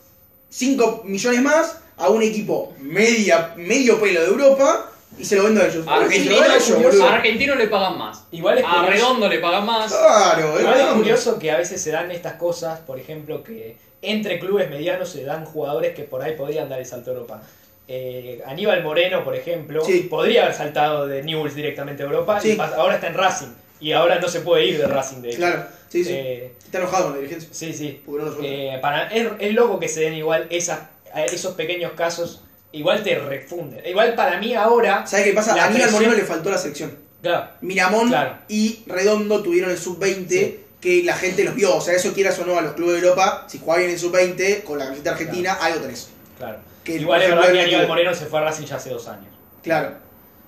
5 millones más a un equipo media, medio pelo de Europa y se lo vendo a ellos. Ahora sí, Argentino, lo vendo a ellos, a boludo. Argentino le pagan más. Igual Ah, es A curioso- Redondo le pagan más. Claro, Igual es es curioso que a veces se dan estas cosas, por ejemplo, que entre clubes medianos se dan jugadores que por ahí podrían dar el salto a Europa. Eh, Aníbal Moreno, por ejemplo, Sí. podría haber saltado de Newell's directamente a Europa y Sí. pas- ahora está en Racing y ahora no se puede ir de Racing de hecho. Claro, sí, sí. Eh, Está enojado con la dirigencia. sí, sí. Porque no lo suelta. Eh, para, es, es loco que se den igual esas, a esos pequeños casos, igual te refunden. Igual para mí ahora, ¿Sabes qué pasa? la A Aníbal presión- Moreno le faltó la selección. claro, Miramón Claro. y Redondo tuvieron el sub-20 Sí. que la gente los vio. O sea, eso quieras o no a los clubes de Europa, si jugás bien el sub-20 con la camiseta argentina, algo tenés. claro. Que, igual por es ejemplo, verdad que el- Aníbal Moreno se fue a Racing ya hace dos años. Claro.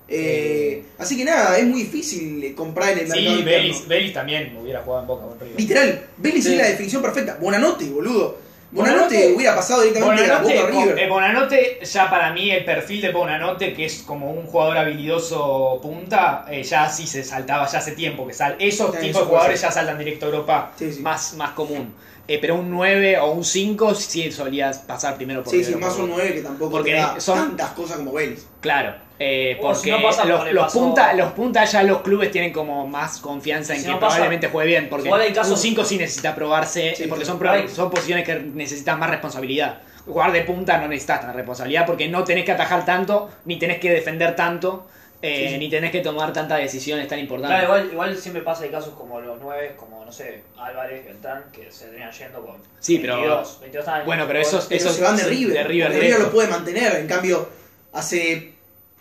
Eh, así que nada, es muy difícil eh, comprar en el mercado Sí, interno. Vélez, Vélez también hubiera jugado en Boca con River. Literal, Vélez Sí. es la definición perfecta. Buenanote, boludo. Buonanotte- Buenanote, hubiera pasado directamente de la Boca a River. Bonanote, eh, Bonanote, ya para mí el perfil de Bonanote, que es como un jugador habilidoso punta, eh, ya sí se saltaba ya hace tiempo que sal. Esos Sí, tipos eso de jugadores puede ya saltan directo a Europa Sí, sí. Más, más común. Eh, pero un 9 o un 5 sí solías pasar primero por Sí, sí, River más Plate. un 9 que tampoco Porque te da son- tantas cosas como Vélez. Claro, eh, O porque si no pasa, los, le los pasó- punta, los punta ya los clubes tienen como más confianza en Si que no pasa- probablemente juegue bien, porque igual hay casos- un 5 sí necesita probarse, Sí, eh, porque son, claro. pro- son posiciones que necesitan más responsabilidad. Jugar de punta no necesitas tanta responsabilidad porque no tenés que atajar tanto, ni tenés que defender tanto, eh, ni tenés que tomar tantas decisiones tan importantes. Claro, igual, igual siempre pasa de casos como los nueve, como no sé, Álvarez, Beltrán, que se terminan yendo con Sí, pero- 22, 22 años. Bueno, pero esos, Pero esos se van de sí, River. de River porque directo. River lo puede mantener. En cambio, hace.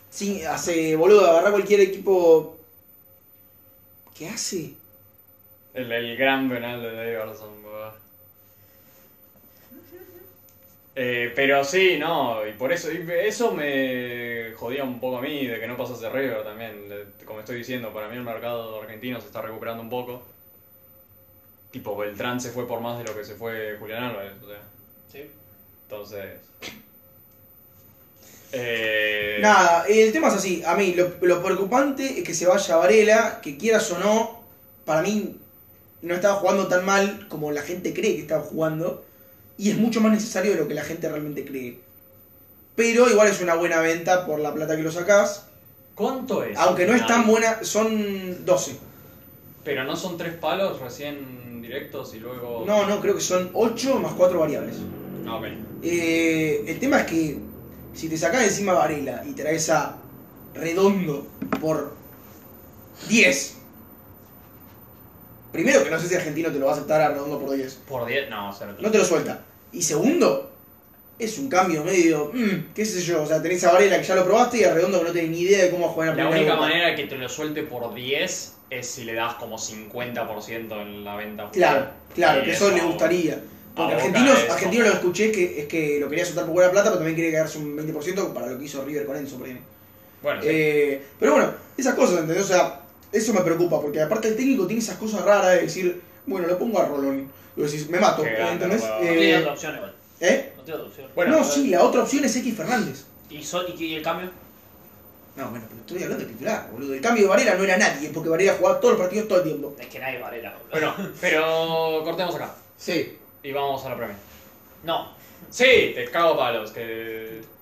sí, hace. Boludo, agarrar cualquier equipo. ¿Qué hace? El, el gran penal de Daverson, Eh, pero sí, no, y por eso, y eso me jodía un poco a mí de que no pasase River también. Le- Como estoy diciendo, para mí el mercado argentino se está recuperando un poco. Tipo, Beltrán se fue por más de lo que se fue Julián Álvarez, o sea. Sí. Entonces. Eh, Nada, el tema es así. A mí, lo, lo preocupante es que se vaya Varela, que quieras o no, para mí no estaba jugando tan mal como la gente cree que estaba jugando. Y es mucho más necesario de lo que la gente realmente cree. Pero igual es una buena venta por la plata que lo sacás. ¿Cuánto es? Aunque no es tan Nada. buena, son 12. Pero no son tres palos recién directos y luego. No, no, creo que son 8 más 4 variables. Ah, ok. Eh, el tema es que si te sacás encima a Varela y traes a Redondo por 10, primero que no sé si argentino te lo va a aceptar a Redondo por 10, Por 10, no, o sea, no te lo suelta. Y segundo, es un cambio medio, mm, qué sé yo, o sea, tenés a Varela que ya lo probaste y a Redondo que no tenés ni idea de cómo jugar en la La primera única vuelta. manera de que te lo suelte por 10 es si le das como 50% en la venta. Eh, Claro, claro, Y que eso le a- gustaría. Porque a Boca argentinos, es argentinos lo como- escuché que es que lo quería soltar por buena plata, pero también quería quedarse un 20% para lo que hizo River con Enzo, por ejemplo. Bueno, sí. Eh, pero bueno, esas cosas, ¿entendés? O sea, eso me preocupa, porque aparte el técnico tiene esas cosas raras de decir, bueno, lo pongo a Rolón. Y vos decís, me mato, Qué grande, ¿entendés? no Eh, puedo. No tiene otra opción igual. ¿eh? No tiene otra opción. Bueno, no, sí, la otra opción es X Fernández. ¿Y, Sol- y, y el cambio? No, bueno, pero estoy hablando de titular, boludo. El cambio de Varela no era nadie, porque Varela jugaba todos los partidos todo el tiempo. Es que nadie es Varela, boludo. bueno, pero cortemos acá Sí. y vamos a la premia. No, Sí, te cago palos, que